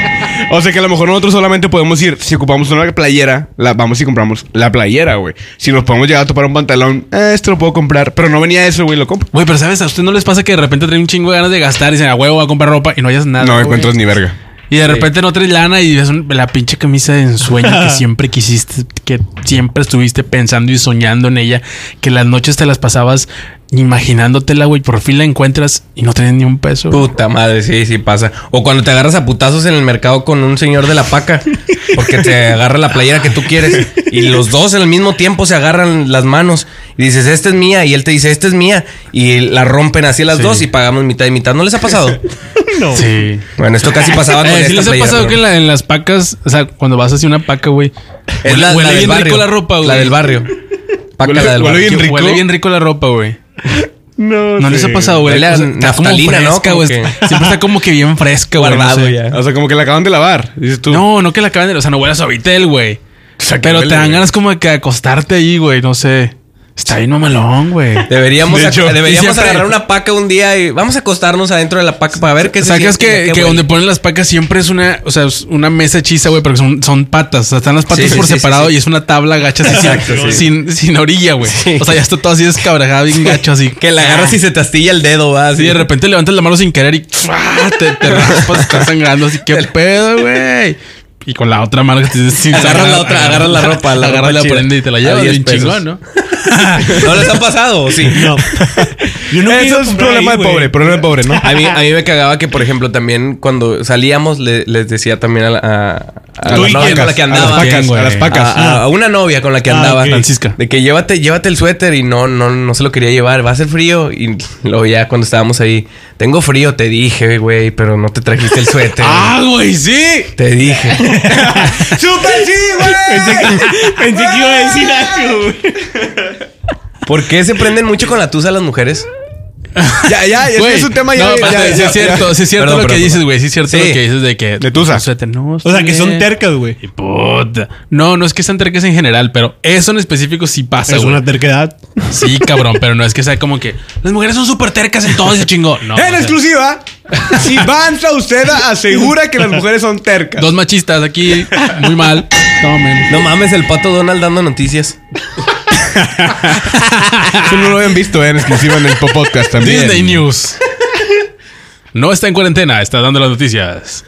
O sea que a lo mejor nosotros solamente podemos ir, si ocupamos una playera, la, vamos y compramos la playera, güey. Si nos podemos llegar a topar un pantalón, eh, esto lo puedo comprar. Pero no venía eso, güey, lo compro.
Güey, pero ¿sabes? ¿A usted no les pasa que de repente trae un chingo de ganas de gastar y dicen, a huevo, voy a comprar ropa y no hayas nada?
no
güey?
encuentras ni verga.
Y de repente no traes lana y ves un- la pinche camisa de ensueño que siempre quisiste, que siempre estuviste pensando y soñando en ella, que las noches te las pasabas imaginándotela, güey, por fin la encuentras y no traes ni un peso. güey.
Puta madre, sí, sí pasa. O cuando te agarras a putazos en el mercado con un señor de la paca, porque te agarra la playera que tú quieres y los dos al mismo tiempo se agarran las manos y dices, esta es mía, y él te dice, esta es mía, y la rompen así las dos y pagamos mitad y mitad. ¿No les ha pasado?
Sí.
Bueno, esto casi pasaba con
Eh,
esta
¿sí les ha
playera,
pasado
pero-
que en, la- en las pacas, o sea, cuando vas hacia una paca, güey,
Es
huele,
la,
huele
la del
bien
barrio.
rico la ropa, güey.
La del barrio. Paca,
Huele-
la del
huele
barrio.
bien
Que
rico.
Huele bien rico la ropa, güey.
No,
No les ha pasado, güey.
Huele a
O sea, está como
naftalina, ¿no?
fresca,
Como
güey.
que-
Siempre está como que bien fresca, güey. no
Guardado
sé.
ya.
O sea, como que la acaban de lavar, dices tú.
No, no que la acaban de. O sea, no huele a suavitel, güey.
sea, que
Pero
huele,
te dan
güey.
ganas como de que acostarte ahí, güey. No sé. Está bien mamalón, güey.
Deberíamos,
De
ac-
hecho,
deberíamos
y siempre-
agarrar una paca un día y vamos a acostarnos adentro de la paca para ver qué se
Sacas
siente,
que,
qué
que
huele.
donde ponen las pacas siempre es una, o sea, es una mesa hechiza, güey, pero son, son patas. O sea, están las patas
Sí, sí,
por
sí,
separado
sí, sí.
y es una tabla gacha así,
Exacto, sí.
sin, sin, sin orilla, güey. O sea, ya está todo así descabrajado, bien gacho, así.
Que la agarras y se te astilla el dedo, va.
Así
Así
Ah. de repente levantas la mano sin querer y ¡fua! te, te raspas, estás sangrando, así que pedo, güey. Y con la otra mano que te sin
Agarras
sangrar,
la otra, agarras la ropa, la
agarras
ropa
la
chida.
prenda y te la
A
llevas
10
bien
pesos.
chingón, ¿no?
¿No les ha pasado? Sí.
No. Yo nunca he ido
Eso
a
es un
comprar
problema
ahí,
de
güey.
pobre, problema de pobre, ¿no?
A mí, a mí me cagaba que, por ejemplo, también cuando salíamos le- les decía también a la, a, a
Tú
la
y
novia
quién,
con la que andaba.
A las pacas,
Bien,
a las
güey.
pacas.
A, a- a una novia con la que
Ah,
andaba.
ok.
Francisca.
De que llévate, llévate el suéter y no, no, no se lo quería llevar, va a hacer frío. Y luego ya cuando estábamos ahí, tengo frío, te dije, güey, pero no te trajiste el suéter.
¡Ah, güey, sí!
Te dije.
¡Súper sí,
Pensé que, pensé que iba a decir algo, güey.
¿Por qué se prenden mucho con la tusa las mujeres?
Ya, ya, es, que
Güey,
es un tema
no,
ya. ya,
espérate,
ya,
sí es
ya.
cierto, sí es cierto
Perdón,
lo que
perdón,
dices,
perdón.
güey. Sí es cierto
Sí.
lo que dices de que.
De tusa.
suéter, no,
O sea, que son
suéter.
tercas, güey.
Y puta. No, no es que sean tercas en general, pero eso en específico sí pasa,
Es
güey.
una terquedad.
Sí, cabrón, pero no es que sea como que las mujeres son súper tercas en todo ese chingo. No. o
en
sea,
exclusiva, Iván Sausteda asegura que las mujeres son tercas.
Dos machistas aquí, muy mal. Tomen.
No mames, el pato Donald dando noticias.
Eso no lo habían visto eh, en exclusiva en el podcast también.
Disney News. No está en cuarentena, está dando las noticias.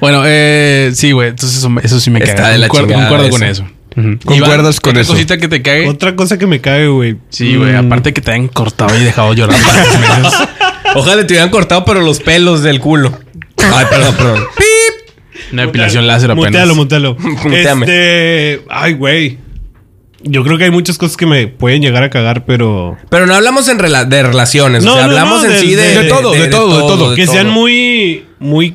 Bueno, eh, sí, güey. Entonces, eso, eso sí me caga.
Está de la
Concuerdo-
chingada
Concuerdo con
eso.
eso. Ujú.
Concuerdas
Iván,
con
¿otra
eso.
cosita que te cague.
Otra cosa que me cae, güey.
Sí, güey.
Mm.
Aparte que te hayan cortado y dejado llorar. varios meses.
Ojalá te hubieran cortado, pero los pelos del culo. Ay, perdón, perdón.
Una depilación láser apenas.
Mutealo, mutealo.
Muteame.
Este. Ay, güey. Yo creo que hay muchas cosas que me pueden llegar a cagar, pero.
Pero no hablamos en rela- de relaciones,
No,
o sea,
no,
hablamos
no,
en sí
de-
de,
de todo,
de todo, de todo.
que sean muy. Muy.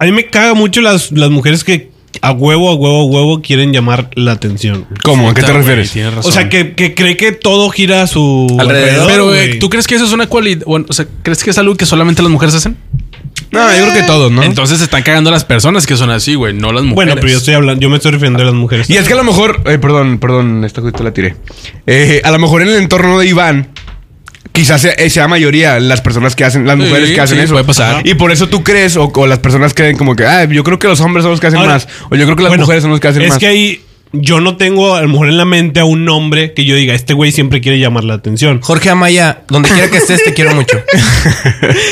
A mí me caga mucho las, las mujeres que a huevo, a huevo, a huevo quieren llamar la atención.
¿Cómo? ¿A qué te
Puta, güey,
refieres?
tienes razón.
O sea, que, que cree que todo gira a su
Alrededor,
alrededor.
Pero, güey,
güey.
¿tú crees que eso es una cualidad? Bueno, o sea, ¿crees que es algo que solamente las mujeres hacen?
No, yo creo que todos, ¿no?
Entonces se están cagando las personas que son así, güey, no las mujeres.
Bueno, pero yo estoy hablando, yo me estoy refiriendo a las mujeres.
y es que a lo mejor, eh, perdón, perdón, esta justo la tiré. Eh, a lo mejor en el entorno de Iván, quizás sea, eh, sea mayoría las personas que hacen, las
Sí,
mujeres que hacen
sí,
eso.
puede pasar.
Y por eso tú crees, o, o las personas creen como que, ah, yo creo que los hombres son los que hacen
Ahora,
más, o yo creo que las
bueno,
mujeres son los que hacen
es
más.
que ahí yo no tengo a lo mejor en la mente a un hombre que yo diga, este güey siempre quiere llamar la atención.
Jorge Amaya, donde quiera que estés, te quiero mucho.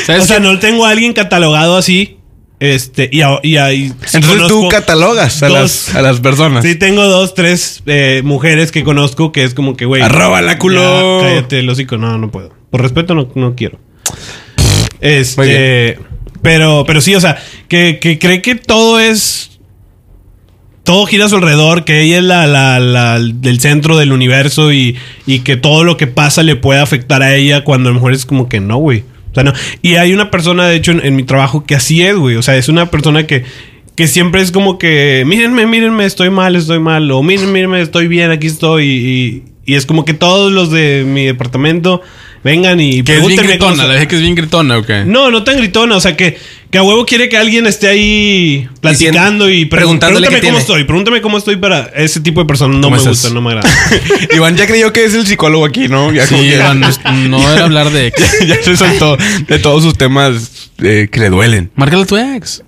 ¿Sabes
o sea,
qué?
no tengo a alguien catalogado así. Este, y, a- y ahí. sí
Entonces tú
conozco-
catalogas a
dos-
las, a las personas.
Sí, tengo dos, tres eh, mujeres que conozco que es como que, güey.
Arroba la culo.
ya, cállate, el hocico. No, no puedo. Por respeto, no, no quiero.
Muy
Este. Pero, pero sí, o sea, que, que cree que todo es. Todo gira a su alrededor, que ella es la, la, la- el centro del universo y, y que todo lo que pasa le puede afectar a ella cuando a lo mejor es como que no, güey. O sea, no. Y hay una persona, de hecho, en, en mi trabajo que así es, güey. O sea, es una persona que, que siempre es como que, mírenme, mírenme, estoy mal, estoy mal. O mírenme, mírenme, estoy bien, aquí estoy. Y, Y es como que todos los de mi departamento vengan y
Que es bien gritona,
cosas.
la dije que es bien gritona, ¿o qué?
No, no tan gritona, o sea que, que a huevo quiere que alguien esté ahí platicando y pre-
preguntándole qué
pregúntame cómo
tiene.
estoy, pregúntame cómo estoy para ese tipo de personas no
¿Cómo
me
estás?
gusta, no me agrada.
Iván ya creyó que es el psicólogo aquí, ¿no? Ya
Sí,
como que-
Iván, no, es- no era hablar de ex.
ya se soltó de todos sus temas eh, que le duelen.
Márcale a tu ex.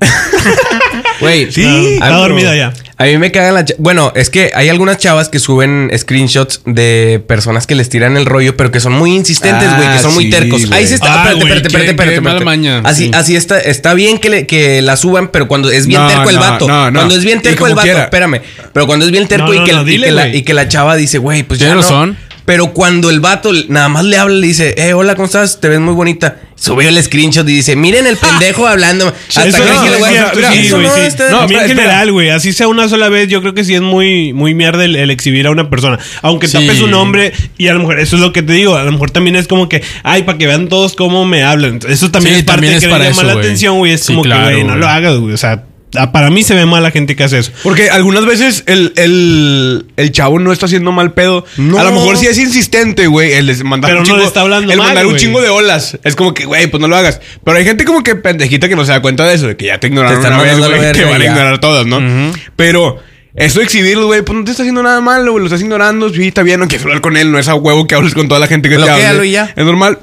Güey,
Sí,
está
a-
dormida ya.
A mí me cagan las... cha- Bueno, es que hay algunas chavas que suben screenshots de personas que les tiran el rollo, pero que son muy insistentes,
Ah,
güey, que son muy
sí,
tercos.
güey.
Ahí sí está...
Ah,
espérate,
güey,
espérate,
qué-
espérate, espérate,
qué mala
espérate.
maña,
Así,
sí.
así está... Está bien que, le- que la suban, pero cuando es bien
No,
terco el
no,
vato.
no, no.
Cuando es bien
Y
terco
como
el vato,
quiera.
espérame. Pero cuando es bien terco
No,
y,
no,
que,
no,
y
dile,
que la,
güey.
y que la chava dice, güey, pues ya
Tiene
no.
razón.
Pero cuando el vato nada más le habla, le dice, eh, hola, ¿cómo estás? Te ves muy bonita. Subió el screenshot y dice, miren el pendejo hablando. Hasta
Eso
creen
no,
que le voy a-
mira,
Mira,
sí,
eso
güey,
no
sí.
está-
No, este- a mí en
espera, espera.
general, güey, así sea una sola vez, yo creo que sí es muy, muy mierda el, el exhibir a una persona. Aunque
Sí.
tapes un nombre, y a lo mejor, eso es lo que te digo, a lo mejor también es como que, ay, para que vean todos cómo me hablan. Eso también
Sí,
es parte
también
de
es
querer
para
llamar
eso,
la
güey.
atención, güey. Es
Sí,
como
claro,
que, güey, no
güey.
lo hagas, güey. O sea, a- para mí se ve mal la gente que hace eso.
Porque algunas veces el, el, el chavo no está haciendo mal pedo.
No.
A lo mejor sí es insistente, güey. El es- mandar
Pero
un
no
chingo,
le está hablando
el
mal,
mandar un
güey.
chingo de olas. Es como que, güey, pues no lo hagas. Pero hay gente como que pendejita que no se da cuenta de eso, de que ya te ignoraron
Te están
una vez,
mandando a la
güey, Te
verga
van a
y ya.
ignorar todas, ¿no? Pero eso de exhibirlo, güey, pues no te está haciendo nada malo, güey. Lo estás ignorando, sí, está bien, no quieres hablar con él, no es a huevo que hables con toda la gente que te
Bloquéalo
habla.
y ya.
Es normal.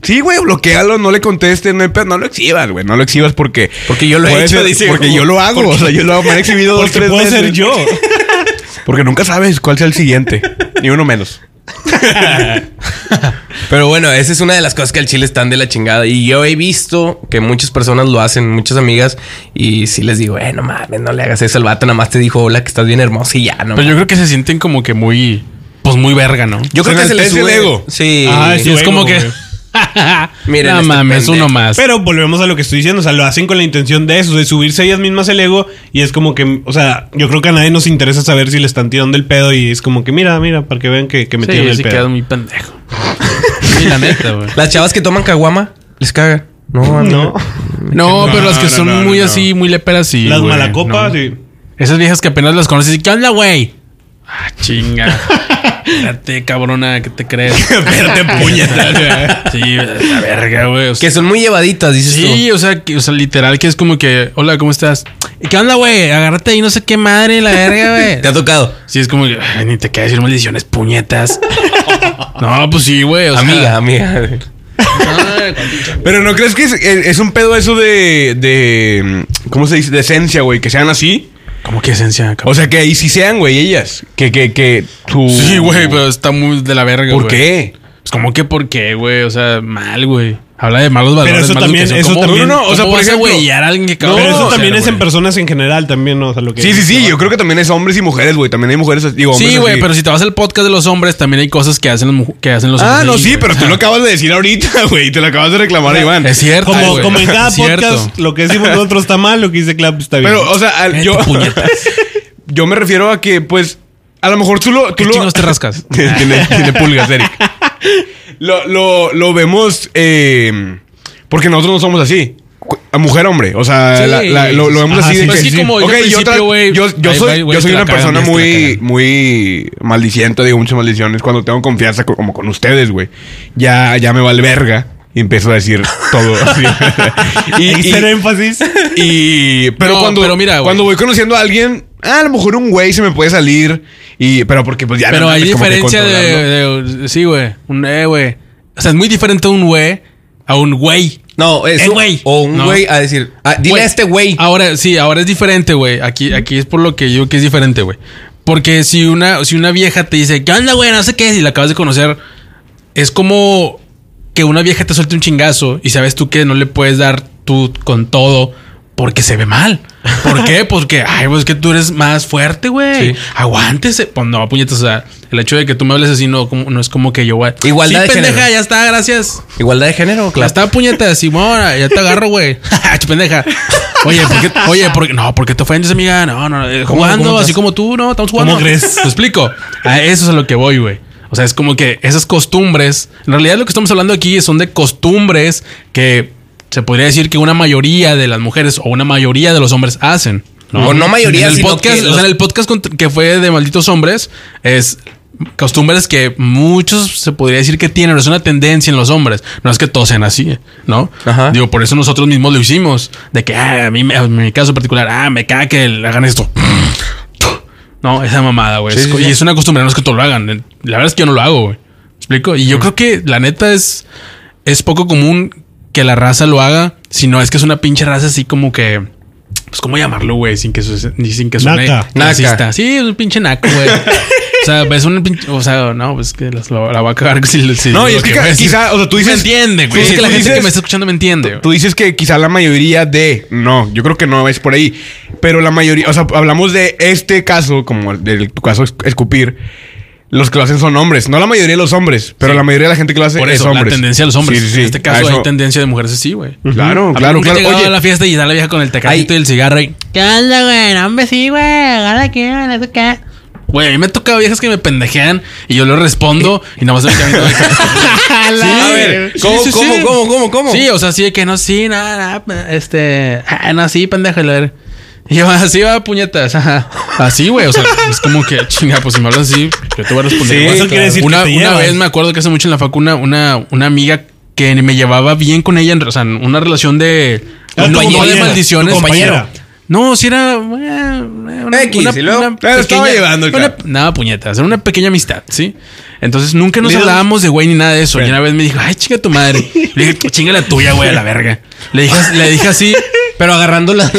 Sí, güey, bloquealo, no le contestes, no, hay pedo, no lo exhibas, güey, no lo exhibas porque...
Porque yo lo he
puede
hecho,
ser-
dice,
Porque yo lo hago, o sea, yo lo hago, me han exhibido dos,
Porque
tres
puedo ser
veces.
yo.
Porque nunca sabes cuál sea el siguiente. Ni uno menos.
Pero bueno, esa es una de las cosas que al chile están de la chingada. Y yo he visto que muchas personas lo hacen, muchas amigas. Y sí les digo, eh, no mames, no le hagas eso. El vato nada más te dijo, hola, que estás bien hermosa y ya, no.
Pero
mames".
yo creo que se sienten como que muy. Pues muy verga, ¿no?
yo, creo
se
que se les
enaltece
sube
el ego.
Sí.
Ah,
Sí, es
luego,
como que.
güey.
Miren
no
este
mames,
pendejo.
uno más.
Pero volvemos a lo que estoy diciendo, o sea, lo hacen con la intención de eso, de subirse ellas mismas el ego y es como que, o sea, yo creo que a nadie nos interesa saber si le están tirando el pedo y es como que, mira, mira, para que vean que, que me
sí,
tiran
yo
el
sí quedo
pedo.
muy pendejo. Sí, la neta, güey.
Las chavas que toman caguama, les cagan. No,
No,
no.
No, pero las que
no,
son
no,
muy
no.
así, muy leperas y.
las
güey,
malacopas
no.
y...
Esas viejas que apenas las conoces y ¿qué onda, güey? Ah, chinga. Espérate, cabrona, ¿qué te crees?
Espérate, puñeta.
Sí, la verga, güey. o sea-
Que son muy llevaditas, dices
Sí, o sea, que- o sea, literal que es como que, hola, ¿cómo estás? ¿Qué onda, güey? Agárrate ahí, no sé qué madre, la verga,
tú. Te ha
güey.
tocado.
Sí, es como que, "Ay, ni te queda decir maldiciones, puñetas. no, pues sí, güey. o sea-
Amiga, amiga.
Ay,
Pero no crees que es, es- es un pedo eso de, de. mm, ¿Cómo se dice? De esencia, güey. Que sean así.
¿Cómo que esencia?
O sea, que ahí sí sean, güey, ellas. Que, que, que. su-
sí, güey, pero está muy de la verga,
¿Por
güey.
qué?
Pues como que por qué, güey. O sea, mal, güey. Habla de malos valores.
eso
mala
también-
educación.
eso
¿Cómo-
también-
No, no, no, o sea,
¿cómo
por
vas a
ejemplo.
huellar
a alguien que
No, pero eso también es en
persona.
personas en general también, ¿no? O sea, lo que...
Sí, sí, sí. Yo creo que también es hombres y mujeres, güey. También hay mujeres. as- Digo, hombres
Sí,
así.
güey, pero si te vas al podcast de los hombres, también hay cosas que hacen los, mu- que hacen los
Ah,
hombres
no,
ahí,
sí,
güey.
pero tú lo acabas de decir ahorita, güey. y Te lo acabas de reclamar a Iván.
Es cierto.
Como,
güey.
como en cada
Es cierto.
podcast, lo que decimos nosotros está mal, lo que dice Clap está bien.
Pero, o sea, al- yo. yo me refiero a que, pues. A lo mejor tú lo. Tú
¿Qué
lo
chingos te rascas?
tiene, tiene pulgas, Eric. Lo, lo, lo vemos eh, porque nosotros no somos así. Cu- A mujer, hombre. O sea,
Sí.
la- la- lo, lo vemos
Ajá,
así de
sí,
que.
pues sí, como
Ok,
desde el
yo, tra-
principio, güey,
yo, yo
ahí,
soy,
güey,
yo soy
te la
una
cagan,
persona
ves, te la
muy,
cagan.
muy maldiciente, digo muchas maldiciones. Cuando tengo confianza, co- como con ustedes, güey. Ya, ya me vale verga. Y empiezo a decir todo. así.
y,
y, y-
cero énfasis.
y pero
No,
cuando
pero mira, güey.
cuando voy conociendo a alguien, ah, a lo mejor un güey se me puede salir y pero porque pues ya
Pero
no
hay
mames, como que
diferencia de,
controlarlo.
de- Sí, güey. Un eh, güey. O sea, es muy diferente un güey a un güey.
No, es
Eh,
un-
güey.
O un
No.
güey a decir, ah, dile
Güey.
a este güey. Mm.
Ahora, sí, ahora es diferente, güey. Aquí, aquí es por lo que yo que es diferente, güey. Porque si una, si una vieja te dice, ¿qué onda, güey? No sé qué, si la acabas de conocer, es como que una vieja te suelte un chingazo y sabes tú que no le puedes dar tú con todo porque se ve mal. ¿Por qué? Porque, ay, pues que tú eres más fuerte, güey.
Sí.
Aguántese. Pues no, puñetas, o sea, el hecho de que tú me hables así no, como- no es como que yo, güey.
Igualdad
sí,
de
pendeja,
género.
ya está, gracias.
Igualdad de género,
Ya
claro. Ah,
está puñeta, Simón, ya te agarro, güey. Chupendeja. Oye, ¿por qué, oye, por qué- no, porque te ofendes, amiga. No, no, no, eh,
¿Cómo-
jugando,
cómo
así
estás?
como tú, no, estamos jugando.
¿Cómo crees?
Te explico. A eso es a lo que voy, güey. O sea, es como que esas costumbres, en realidad lo que estamos hablando aquí son de costumbres que se podría decir que una mayoría de las mujeres o una mayoría de los hombres hacen.
O no mayoría,
En el
sino
podcast,
que
o sea, en
los-
el podcast cont- que fue de malditos hombres es costumbres que muchos se podría decir que tienen, pero es una tendencia en los hombres. No es que todos sean así, ¿no?
Ajá.
Digo, por eso nosotros mismos lo hicimos. De que, ah, a mí, me- en mi caso particular, ah, me caga que le hagan esto. No, esa mamada, güey.
Sí,
Es
sí,
co- y
sí.
es una costumbre, no es que todos lo hagan. La verdad es que yo no lo hago, güey. ¿Me explico? Y yo creo que la neta es, es poco común que la raza lo haga, si no es que es una pinche raza así como que. Pues, ¿cómo llamarlo, güey? Sin que, su- ni sin que suene
Naca.
clasista.
Naca.
Sí, es un pinche naco, güey. o sea, es un pinche. O sea, no, pues que las- la, la voy a cagar si, si
No, y
digo
es que
voy a
ca-
decir.
quizá, o sea, tú dices-
Me entiende, güey.
Sí,
es que la
tú
gente que
dices-
me está escuchando me entiende. güey.
Tú dices que quizá la mayoría de. No, yo creo que no es por ahí. Pero la mayoría. O sea, hablamos de este caso, como el de tu caso, es- escupir. Los que lo hacen son hombres. No la mayoría de los hombres, pero
Sí.
la mayoría de la gente que lo hace
Por
es
eso,
hombres.
la tendencia de los hombres.
Sí, sí, sí.
En este
A
caso
eso-
hay tendencia de mujeres así, güey.
Claro,
A mí
claro,
nunca
claro.
he llegado
Oye,
a la fiesta y da la vieja con el tecatito
Ay.
y el cigarro y...
¿Qué onda, güey? No, hombre, sí, güey. Agarra que, no sé qué.
Güey, a mí me ha tocado viejas que me pendejean y yo le respondo
Eh.
y nada más me quedan viendo de cara. Sí,
A ver,
sí,
¿cómo,
sí,
cómo,
sí.
cómo, cómo, cómo?
Sí, o sea, sí de que no, sí, nada, nada, este, ah, no, sí, pendejo, y la verga. Y yo, así va, puñetas, ajá. Así, güey, o sea, es como que, chinga, pues si me hablas así, yo te voy a responder.
Sí,
güey.
eso quiere decir
una,
que te
una
llevan.
vez me acuerdo que hace mucho en la facu una, una, una amiga que me llevaba bien con ella, en- o sea, en una relación de...
Ah, tu
No, no de
compañera,
maldiciones.
tu compañera.
No, si era... eh, una,
X, y luego,
una
pero estaba
pequeña-
llevando el
una-
carro.
Nada, puñetas. Era una pequeña amistad, ¿sí? Entonces nunca nos hablábamos de güey ni nada de eso. Y una vez me dijo, ay, chinga tu madre. Le dije, "Pues chinga la tuya, güey, a la verga. Le dije, le dije así.
Pero agarrando la...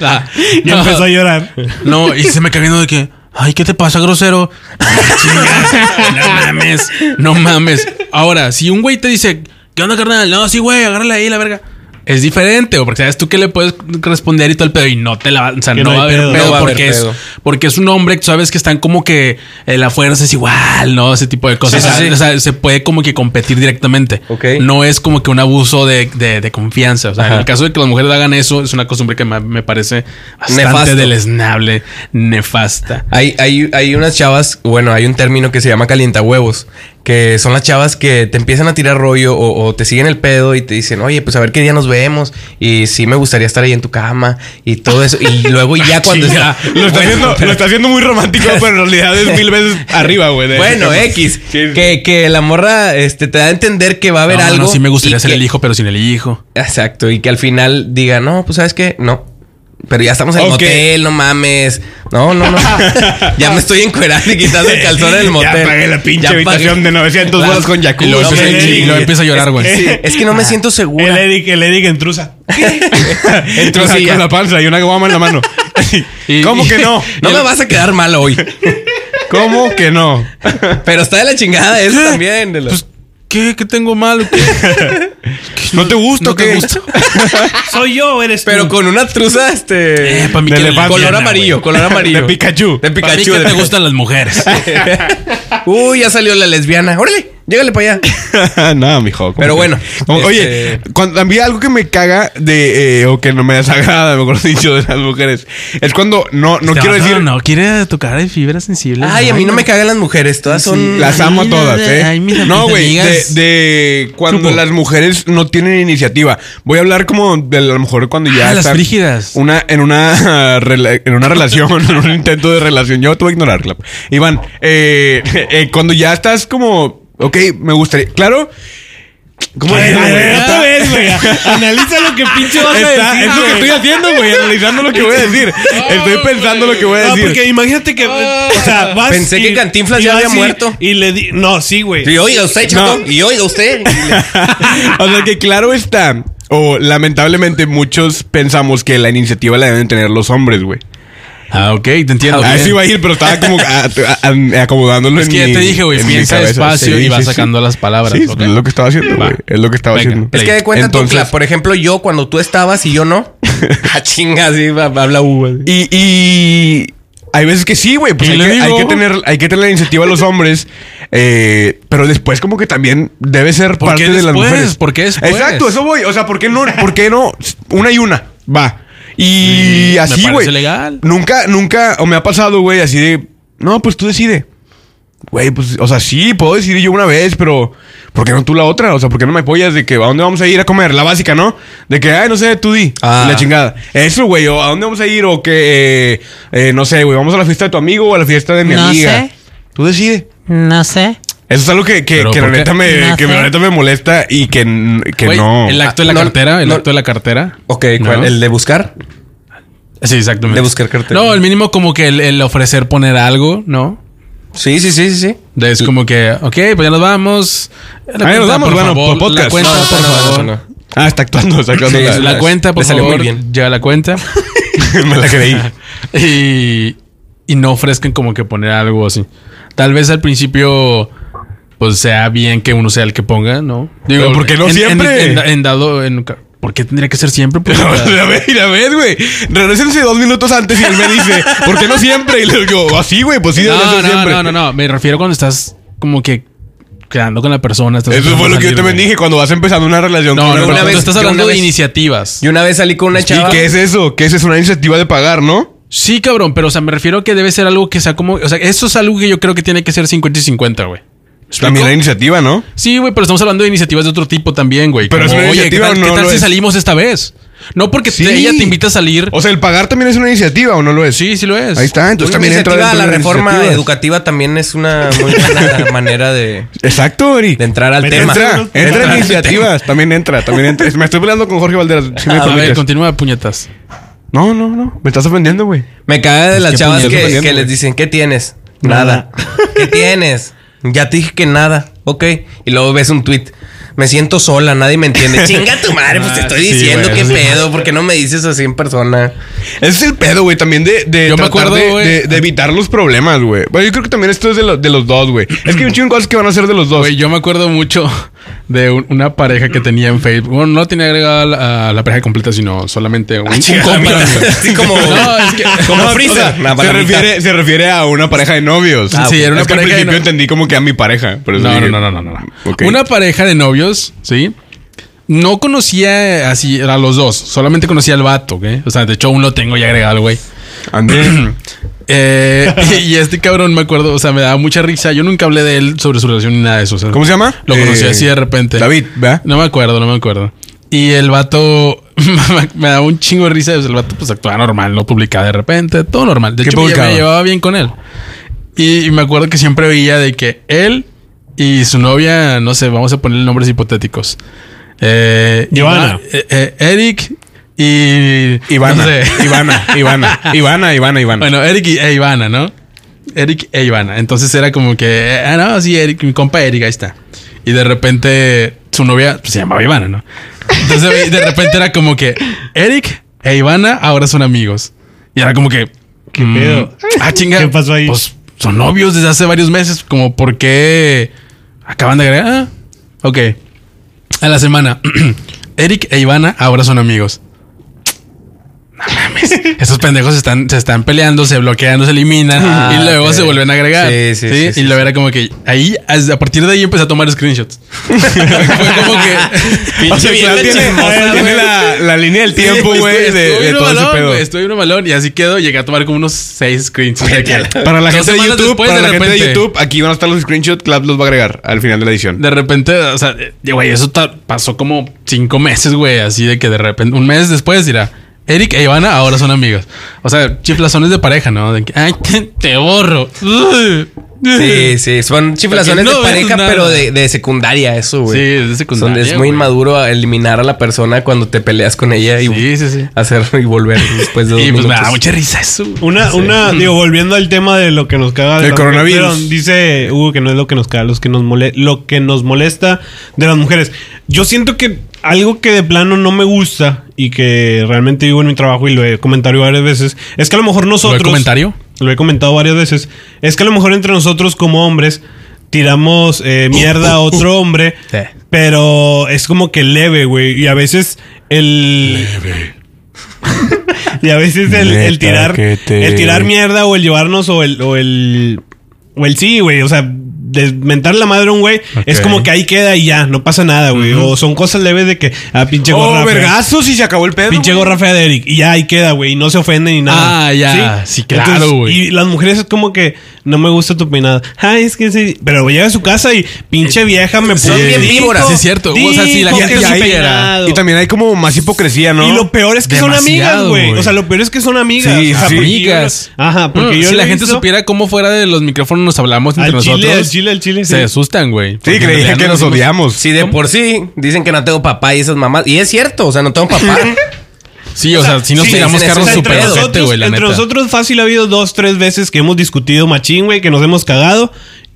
Ah,
Y
no,
empezó a llorar.
no, y se me quedó viendo de que, ay, ¿qué te pasa, grosero? Ay, chinga, no mames, no mames. Ahora, si un güey te dice, ¿qué onda, carnal? No, sí, güey, agárrala ahí, la verga. Es diferente, o porque sabes tú que le puedes responder y todo el pedo, y no te la va- o sea,
Que
no,
no
va a
hay
haber
pedo.
pedo,
No va a haber
porque,
pedo.
Es, porque es un hombre que sabes que están como que eh, la fuerza es igual, ¿no? Ese tipo de cosas.
Sí, sí,
o, sea,
sí.
o sea, se puede como que competir directamente.
Ok.
No es como que un abuso de, de- de confianza. O sea, en
Ajá.
el caso de que las mujeres hagan eso, es una costumbre que me, me parece bastante
Nefasto.
deleznable, nefasta.
Hay, hay, hay unas chavas, bueno, hay un término que se llama calientahuevos, que son las chavas que te empiezan a tirar rollo o, o te siguen el pedo y te dicen, oye, pues a ver qué día nos vemos y sí me gustaría estar ahí en tu cama y todo eso. Y luego ya cuando está...
Lo está,
Bueno,
haciendo,
pero-
lo está haciendo muy romántico, pero en realidad es mil veces arriba, güey. de-
Bueno, X,
Sí.
que, que la morra este, te da a entender que va a haber
no, no,
algo.
No, sí me gustaría
y
ser
que-
el hijo, pero sin el hijo.
Exacto, y que al final diga, no, pues sabes qué, no. Pero ya estamos en el
Ok.
motel, no mames. No, no, no. ya me estoy encuerando y quitando el calzón del motel.
Ya pagué la pinche
Ya pagué.
habitación de 900
Claro.
bolas con
Y
jacuzzi.
luego,
no
empieza,
me
y
digas.
luego empieza a llorar, güey.
Sí, es que no me siento
El
segura.
Eric, el Eric entrusa.
Entró así
ya.
con la panza y una guama en la mano.
Y-
¿Cómo
y-
que no?
No me vas a quedar mal hoy.
¿Cómo que no?
Pero está de la chingada eso también. de la-
Pues, ¿qué? ¿Qué tengo mal? ¿Qué?
¿No te gusta
¿No
o qué?
te gusta?
Soy yo, eres tú.
mm.
pero con una truza, este.
Eh, pa' mí que
de
la
color
llena,
amarillo,
güey.
color amarillo.
De Pikachu.
De
Para mí
Pikachu.
que
de
te
Pikachu.
gustan las mujeres.
Uy, ya salió la lesbiana. Órale, llégale para allá.
no, mijo. ¿cómo
Pero
que?
bueno,
Como- Oye,
este-
cuando, a mí algo que me caga de. eh, o que no me desagrada, mejor dicho, de las mujeres. Es cuando no, no
Este
quiero
vato
decir.
No, quiere tocar de fibras sensibles.
Ay, a mí no me cagan las mujeres, todas son.
Las amo a
Ay,
todas,
de-
¿eh?
ay, mis
no, güey, de,
amigas.
de cuando
Chupo.
las mujeres no tienen iniciativa. Voy a hablar como de a lo mejor cuando ya
Ah, las
están
frígidas.
Una, en, una, rela- en una relación, en un intento de relación. Yo te voy a ignorar, Clap. Iván, eh, eh, cuando ya estás como, ok, me gustaría. Claro. ¿Cómo
A ver,
decirlo,
a
güey?
ver, otra
Está-
vez, güey. Analiza lo que pinche vas a
está-
decir.
es lo que
güey.
estoy haciendo, güey. Analizando lo que voy a decir. Estoy pensando lo que voy a
Ah,
No,
decir.
Ah, porque imagínate que. O sea, vas.
Pensé que Cantinflas ya
vas
había
y-
muerto.
Y le di. No, sí, güey.
Y oiga usted, chato.
No.
Y oiga usted. Y le-
o sea que claro está, o lamentablemente muchos pensamos que la iniciativa la deben tener los hombres, güey.
Ah, ok, te entiendo.
Así
Bien.
iba a ir, pero estaba como ah, a- a- a- acomodándolo
Es
en
que ya
mi-
te dije, güey,
en mi
piensa
cabeza.
despacio
Sí,
y
sí,
vas
sí.
sacando las palabras.
Sí,
ok.
es lo que estaba haciendo,
Va.
güey. Es lo que estaba
Venga,
haciendo.
Es que de cuenta tú, Cla, por ejemplo, yo cuando tú estabas y yo no. A chinga, sí, va- habla Hugo. así.
Y, y hay veces que sí, güey. Pues
Y
hay
le
que, hay
digo.
que tener, hay que tener la iniciativa de los hombres. eh, pero después, como que también debe ser
¿Por qué
parte de las
después?
mujeres.
¿Por qué después?
Exacto, eso voy. O sea, ¿por qué no? ¿Por qué no? Una y una. Va. Y
Mm, me
así,
parece
güey.
legal.
Nunca, nunca, o me ha pasado, güey, así de. No, pues tú decide. Güey, pues, o sea, sí, puedo decidir yo una vez, pero ¿por qué no tú la otra? O sea, ¿por qué no me apoyas de que a dónde vamos a ir a comer? La básica, ¿no? De que, ay, no sé, tú di.
Ah.
Y la chingada. Eso, güey, o a dónde vamos a ir, o que, eh, eh, no sé, güey, vamos a la fiesta de tu amigo o a la fiesta de mi
No
amiga.
sé.
Tú decide.
No sé.
Eso es algo que, que,
Pero
que la
¿por qué?
neta me,
No
que la
sé.
neta me molesta y que, n- que
Güey,
no.
El acto de la
Ah, no,
cartera, el
no.
acto de la cartera.
Ok, ¿cuál?
¿No?
¿El de buscar?
Sí, exactamente.
de buscar cartera.
No, el mínimo como que el, el ofrecer poner algo, ¿no?
Sí, sí, sí, sí, sí.
De- Es como que, ok, pues ya nos vamos. La
Ah, ya nos vamos,
por
bueno,
favor,
por podcast.
La cuenta,
No,
por favor.
Ah, está actuando, está actuando.
Sí,
la,
La
Le
cuenta, por
salió muy
favor.
bien.
Lleva la cuenta.
me la creí.
y, y no ofrezcan como que poner algo así. Tal vez al principio, pues sea bien que uno sea el que ponga, ¿no?
Pero ¿por qué no
en- en-
siempre?
En, en dado, en, ¿por qué tendría que ser siempre? Pues, o sea,
La vez, la vez, güey. Regrésense dos minutos antes y él me dice, ¿por qué no siempre? Y le digo, así, güey, pues sí, debe
no,
ser
no,
siempre.
no, no, no. Me refiero cuando estás como que quedando con la persona. estás
Eso fue
empezando
lo
a
que yo
salir,
también
güey.
dije cuando vas empezando una relación
No,
con
no,
una
no,
una
persona.
vez-
tú estás
yo
hablando
una
de
vez-
iniciativas.
Y una vez salí con una chava.
¿Y qué es eso? ¿Qué es eso? ¿Una iniciativa de pagar, no?
Sí, cabrón, pero o sea, me refiero a que debe ser algo que sea como. O sea, eso es algo que yo creo que tiene que ser 50 y 50, güey.
También
¿Explico?
la iniciativa, ¿no?
Sí, güey, pero estamos hablando de iniciativas de otro tipo también, güey.
Pero
Como,
es una
oye, ¿qué
iniciativa
tal,
o no
qué tal
lo
si
es?
salimos esta vez? No porque te- ella te invita a salir.
O sea, el pagar también es una iniciativa, ¿o no lo es?
sí, sí lo es.
Ahí está, ah, entonces
Una
también entra
iniciativa,
dentro
la
de las
reforma
iniciativas.
educativa también es una muy buena manera de,
Exacto, Eric.
de entrar al
Pero
tema.
Entra, entra, en
al
iniciativas. También entra, también entra. Me estoy peleando con Jorge Valderas. si me
Ah, A ver,
permites.
continúa, puñetas.
no, no, no. Me estás ofendiendo, güey.
Me caga de las
qué
chavas
puñetas,
que,
güey.
que les dicen, ¿qué tienes? Nada. ¿Qué tienes? Ya te dije que nada. Ok. Y luego ves un tweet. Me siento sola, nadie me entiende. Chinga tu madre, pues te estoy
Ah, sí,
diciendo
güey,
qué
sí.
pedo, ¿por qué no me dices así en persona?
Ese es el pedo, güey, también de, de
Yo me
tratar
acuerdo,
de,
güey.
de- de evitar los problemas, güey. Bueno, yo creo que también esto es de, lo- de los dos, güey. Es que hay un chingo de cosas que van a ser de los dos.
Güey, yo me acuerdo mucho de un- una pareja que tenía en Facebook. Bueno, no tenía agregada a la, a la pareja completa, sino solamente
Ah,
un, un compa.
Así como,
No, es que-
como
No, o sea,
Freezer. Nada, para
se,
la mitad.
refiere, se refiere a una pareja de novios.
Ah, sí,
ok.
era una
es que al
pareja de
principio
no-
entendí como que a mi pareja. Pero
No, no, no, no, no, no. no. Una pareja de novios, ¿sí? No conocía eh, así a los dos, solamente conocía al vato, ¿ok? O sea, de hecho aún lo tengo ya agregado, güey.
Andrés.
Eh, y este cabrón, me acuerdo, o sea, me daba mucha risa. Yo nunca hablé de él sobre su relación ni nada de eso. o sea,
¿Cómo se llama?
Lo conocí
Eh,
así de repente.
David, ¿verdad?
No me acuerdo, no me acuerdo. Y el vato me- me daba un chingo de risa. pues, El vato pues actuaba normal, no publicaba de repente, todo normal. De
¿Qué
hecho, me-
publicaba?
me llevaba bien con él. Y, y me acuerdo que siempre veía de que él y su novia, no sé, vamos a poner nombres hipotéticos. Eh,
Giovanna.
Iva- eh, eh, Eric y... no
Ivana,
sé.
Ivana, Ivana, Ivana, Ivana, Ivana.
Bueno, Eric y, e Ivana, ¿no? Eric e Ivana. Entonces era como que, ah, no, sí, Eric, mi compa Eric, ahí está. Y de repente su novia pues, se llamaba Ivana, ¿no? Entonces de repente era como que Eric e Ivana ahora son amigos. Y era como que, ¿qué
pedo?
Ah, chinga.
¿Qué pasó ahí?
Pues son novios desde hace varios meses, como por qué acaban de agregar. Ah, ok. A la semana, Eric e Ivana ahora son amigos. Esos pendejos están, se están peleando, se bloquean, se eliminan
Ah,
y luego
ok.
se vuelven a agregar.
Sí, sí, sí,
y
sí,
luego era como que ahí, as- a partir de ahí empecé a tomar screenshots. Fue como que.
O sea,
Pinche
claro,
vieja
tiene,
chismosa,
tiene
güey.
la, la línea del tiempo,
Estuve-
güey, de,
estuve
de
uno
todo ese
malón,
pedo.
güey, Estuve en un malón y así quedo. Llegué a tomar como unos seis screenshots. de que-
Para la
dos
gente de
semanas
YouTube,
después,
para la
de
gente de
repente-
YouTube, aquí van a estar los screenshots, Clap los va a agregar al final de la edición.
De repente, o sea, eh, güey, eso ta- pasó como cinco meses, güey, así de que de repente, un mes después dirá, Eric e Ivana ahora son amigos. O sea, chiflazones de pareja, ¿no? De que, ay, te, te borro.
Sí, sí, son chiflazones
Porque no
de
ves
pareja,
nada.
pero de, de secundaria, eso, güey.
Sí, es de secundaria,
Son- es muy
güey.
inmaduro a eliminar a la persona cuando te peleas con ella y
Sí, sí, sí.
hacerlo y volver después de dos
Y pues me
minutos.
da mucha risa eso. güey.
Una, una, digo, volviendo al tema de lo que nos caga. de
El
las mujeres,
coronavirus.
perdón, dice Hugo que no es lo que nos caga, los que nos mole- lo que nos molesta de las mujeres. Yo siento que algo que de plano no me gusta y que realmente digo en mi trabajo y lo he comentado varias veces, es que a lo mejor nosotros...
comentario?
Lo he comentado varias veces. Es que a lo mejor entre nosotros como hombres tiramos eh, mierda a otro hombre,
Sí.
pero es como que leve, güey. Y a veces el... Y a veces el, el
Neta,
tirar
que te-
el tirar mierda o el llevarnos o el o el o el sí, güey, o sea, desmentar la madre a un güey, es
Ok.
como que ahí queda y ya, no pasa nada, güey. O son cosas leves de que, ah, pinche gorra.
Oh,
fea.
vergazos y se acabó el
¿eh?
pedo.
Pinche
güey.
gorra fea de Eric. Y ya ahí queda, güey. Y no se ofenden ni nada.
Ah, ya. Sí, claro, güey.
Y las mujeres es como que no me gusta tu peinada. Ay, es que sí. Pero llega a su casa y pinche vieja me
Eh, Son bien
Dijo-
víboras. Sí, es cierto. O sea, sí, la
dijo
gente
que
es
su
ahí era.
peinado.
Y también hay como más hipocresía, ¿no?
Y lo peor es que son
Demasiado,
amigas, güey.
güey.
O sea, lo peor es que son amigas.
Sí,
O sea,
sí.
porque
Amigas.
yo- ajá, porque
Mm,
yo
si
lo
la
he
gente
visto-
supiera cómo fuera de los micrófonos nos hablamos entre
Al
nosotros.
chile, al chile, al chile.
Se
sí.
asustan, güey.
Sí,
Porque en
creían
realidad
que
no
nos
decimos-
odiamos.
Si de por sí dicen que no tengo papá y esas mamás. Y es cierto, o sea, no tengo papá.
Sí, o sea, si nos
sí,
tiramos
sí, sí,
carros
sí,
súper
entre
ojete,
nosotros,
güey, la
entre
neta.
nosotros fácil ha habido dos, tres veces que hemos discutido machín, güey, que nos hemos cagado.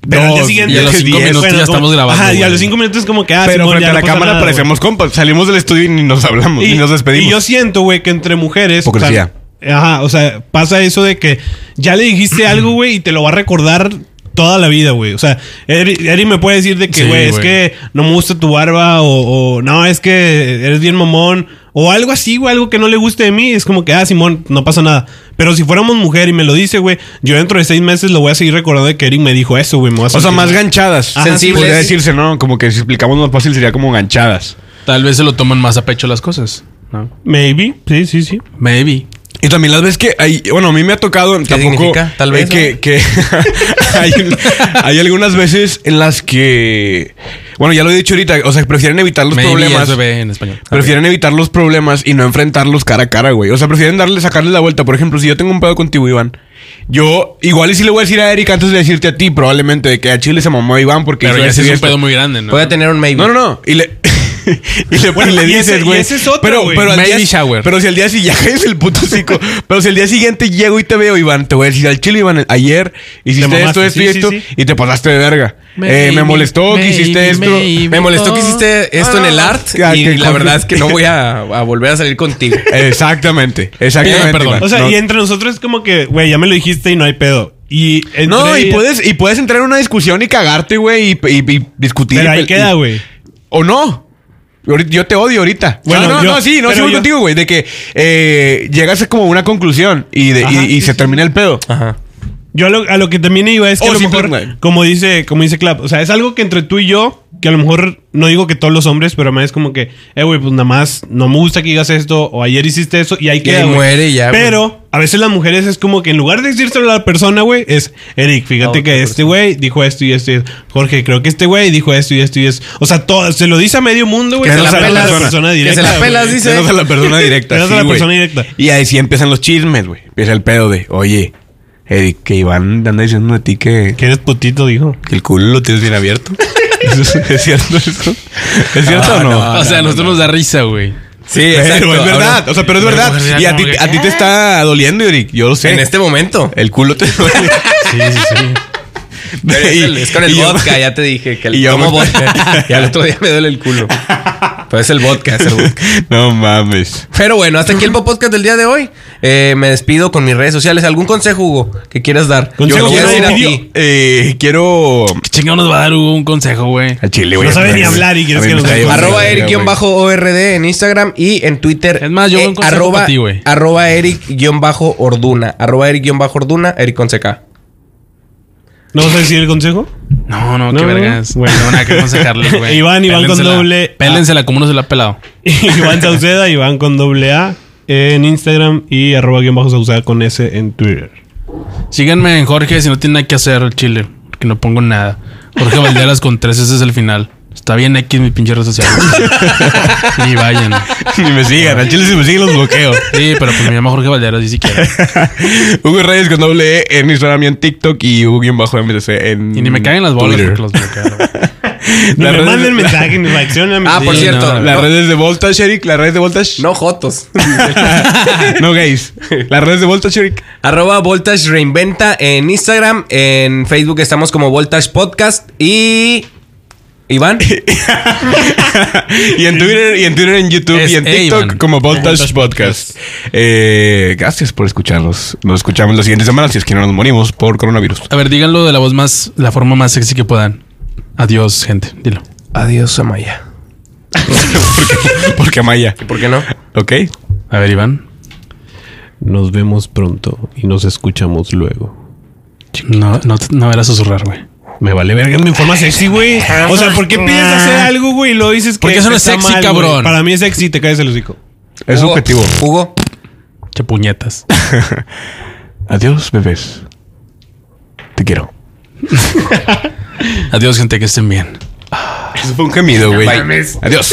Pero al día
Dos,
siguiente...
y a los cinco
diez,
minutos ya
como-
estamos grabando,
Ajá, y a
güey.
los cinco minutos es como que... Ah,
Pero
Simón,
frente
ya
a
no
la
pasa
cámara
nada, güey.
parecemos compas. Salimos del estudio y ni nos hablamos, ni nos despedimos.
y yo siento, güey, que entre mujeres...
Hipocresía.
o sea, ajá, o sea, pasa eso de que ya le dijiste algo, güey, y te lo va a recordar toda la vida, güey. O sea, Eri, Eri me puede decir de que,
Sí,
güey, es
güey.
que no me gusta tu barba o, o no, es que eres bien mamón. O algo así, güey, algo que no le guste de mí. Es como que, ah, Simón, no pasa nada. Pero si fuéramos mujer y me lo dice, güey, yo dentro de seis meses lo voy a seguir recordando de que Eric me dijo eso, güey. me voy a
O sea,
sentir
más
mal.
ganchadas.
Ajá,
Sensibles.
sí,
Podría
sí.
decirse, ¿no? Como que si explicamos más fácil sería como ganchadas.
Tal vez se lo toman más a pecho las cosas. ¿no?
Maybe, sí, sí, sí.
Maybe.
Y también las veces que hay, bueno, a mí me ha tocado tampoco
significa? Tal
eh,
vez,
que,
¿no?
que hay, un- hay algunas veces en las que bueno, ya lo he dicho ahorita, o sea, prefieren evitar los
Maybe
problemas.
es bebé en español.
Prefieren evitar los problemas y no enfrentarlos cara a cara, güey. O sea, prefieren darle, sacarle la vuelta. Por ejemplo, si yo tengo un pedo contigo, Iván, yo igual y si le voy a decir a Eric antes de decirte a ti, probablemente de que a Chile se mamó Iván porque
Pero
hizo
ya
esto
sí es
y
un
esto.
pedo muy grande, ¿no?
Voy a tener un maybe.
No, no, no. Y le. y le,
Bueno,
y le
y ese-
dices,
y
güey.
ese es otro,
pero,
güey.
pero al
Baby
día-
shower.
Pero si al día siguiente. Ya es el puto psico. pero si al día siguiente llego y te veo, Iván, te voy a decir al chile, Iván, ayer hiciste
mamaste,
esto, esto y
sí,
esto.
sí, sí.
Y te pasaste de verga.
Maybe,
Eh, me molestó que
maybe,
hiciste esto.
maybe.
Me molestó que hiciste esto en el art
Ah,
y
que
la
confi-
verdad es que no voy a, a volver a salir contigo.
Exactamente. Exactamente.
Pídeme perdón.
Iván.
O sea,
No-
y entre nosotros es como que, güey, ya me lo dijiste y no hay pedo. Y entre
No, y
ellas-
puedes, y puedes entrar en una discusión y cagarte, güey, y, y- y discutir.
Pero
y
ahí
pel-
queda,
y-
güey.
O no. Ahorita- Yo te odio ahorita.
Bueno,
Bueno, no,
yo-
no, sí, no
pero
sigo
yo-
contigo, güey. De que eh, llegas a como una conclusión y, de- y-
Ajá, sí,
y se
sí,
termina el pedo.
Ajá.
Yo a lo, a lo que también
Oh,
iba es que
O
a lo
si
mejor,
tú, güey.
como dice, como dice Clap, o sea, es algo que entre tú y yo, que a lo mejor no digo que todos los hombres, pero a mí es como que, eh, güey, pues nada más no me gusta que digas esto, o ayer hiciste eso, y ahí queda.
ahí
güey.
muere y ya, güey.
Pero a veces las mujeres es como que en lugar de decírselo a la persona, güey, es Eric,
A
fíjate
otra
que este güey dijo esto y esto y esto. Jorge, creo que este güey dijo esto y esto y esto. O sea, todo, se lo dice a medio mundo, güey.
Que se
pero
la
a
pelas, que se la
güey.
pelas, dice.
Se nos a la persona directa.
Se nos a la
sí, güey.
persona directa.
Y ahí sí empiezan los chismes, güey. Empieza el pedo de, oye, Eric, que Iván anda diciendo de ti que,
Que eres putito, dijo.
que el culo lo tienes bien abierto. ¿Es, es cierto eso? ¿Es cierto o no?
o sea, a nosotros nos da risa, güey.
Sí,
Pero
exacto.
Eh, es verdad.
Ahora,
o sea, pero es
Pero
verdad.
mujer,
Y a
como
ti,
que-
a ti te está doliendo, Eric. Yo lo sé.
en este momento.
El culo te duele.
Sí, sí, sí.
Pero es,
Y-
el- es con el
y yo-
vodka, ya te dije que el,
y yo
tomo
me-
vodka. Y al otro día me duele el culo. Pero es el vodka, es el vodka.
no mames.
Pero bueno, hasta aquí el podcast del día de hoy. Eh, me despido con mis redes sociales. ¿Algún consejo, Hugo, que quieras dar?
Consejo,
Yo lo voy a
Hugo,
decir a
pidió.
ti.
Eh, quiero.
¿Qué chingado nos va a dar Hugo un consejo, güey?
Al chile, güey.
No sabe
A
ni
mí-
hablar y quieres
a mí
que
me
nos
está
dé
llevando
consejo.
Arroba
la verga, güey.
Eric-ORD en Instagram y en Twitter. eh,
Es más, yo un consejo
arroba,
para ti, güey.
Arroba Eric-Orduna. Arroba Eric-Orduna, Eric con CK.
¿No vas a decir el consejo?
No, no,
No,
qué vergas.
bueno.
Bueno, no, nada que aconsejarles, güey.
Iván, Iván con
Pélensela.
doble A.
Pélensela como uno se la ha pelado.
Iván Sauceda, Iván con doble A en Instagram y arroba guión bajo Sauceda con S en Twitter.
Síganme en Jorge si no tiene nada que hacer el chile. Que no pongo nada. Jorge Valderas con tres ese es el final. Está bien X mi pinche red social. Ni vayan.
Ni me sigan. Al chile si me siguen los bloqueo.
Sí, pero pues me llamo Jorge Valderas y si quiero.
Hugo Reyes con doble E en Instagram y en TikTok y Hugo guión bajo MTC en.
Y ni me caen las bolas
Twitter.
porque los bloqueo.
No
Las
me
redes-
manden mensaje ni reaccionen.
Ah, por
Sí,
cierto.
no,
No,
Las redes de Voltage, Eric. Las redes de Voltage.
no jotos.
no gays. Las redes de Voltage, Eric.
Arroba Voltage Reinventa en Instagram. En Facebook estamos como Voltage Podcast. Y. Iván.
Y en Twitter, y en Twitter, en YouTube
Es
y en TikTok
Evan.
como Voltage Podcast. Eh, gracias por escucharnos. Nos escuchamos la siguiente semana si es que no nos morimos por coronavirus.
A ver, díganlo de la voz más, la forma más sexy que puedan. Adiós, gente. Dilo.
Adiós, Amaya.
porque, porque Maya.
¿Por qué no?
¿Ok?
A ver, Iván.
Nos vemos pronto y nos escuchamos luego.
No, no, no era susurrar, güey.
Me vale verga mi forma sexy, güey. O sea, ¿por qué pides hacer algo, güey? Y lo dices que.
Ah, Porque eso no es
está
sexy,
mal, güey?
cabrón.
Para mí es sexy, te caes el hocico.
Es
Hugo,
objetivo.
Hugo,
Che puñetas.
Adiós, bebés. Te quiero.
Adiós, gente, que estén bien.
Eso fue un gemido, güey. Adiós.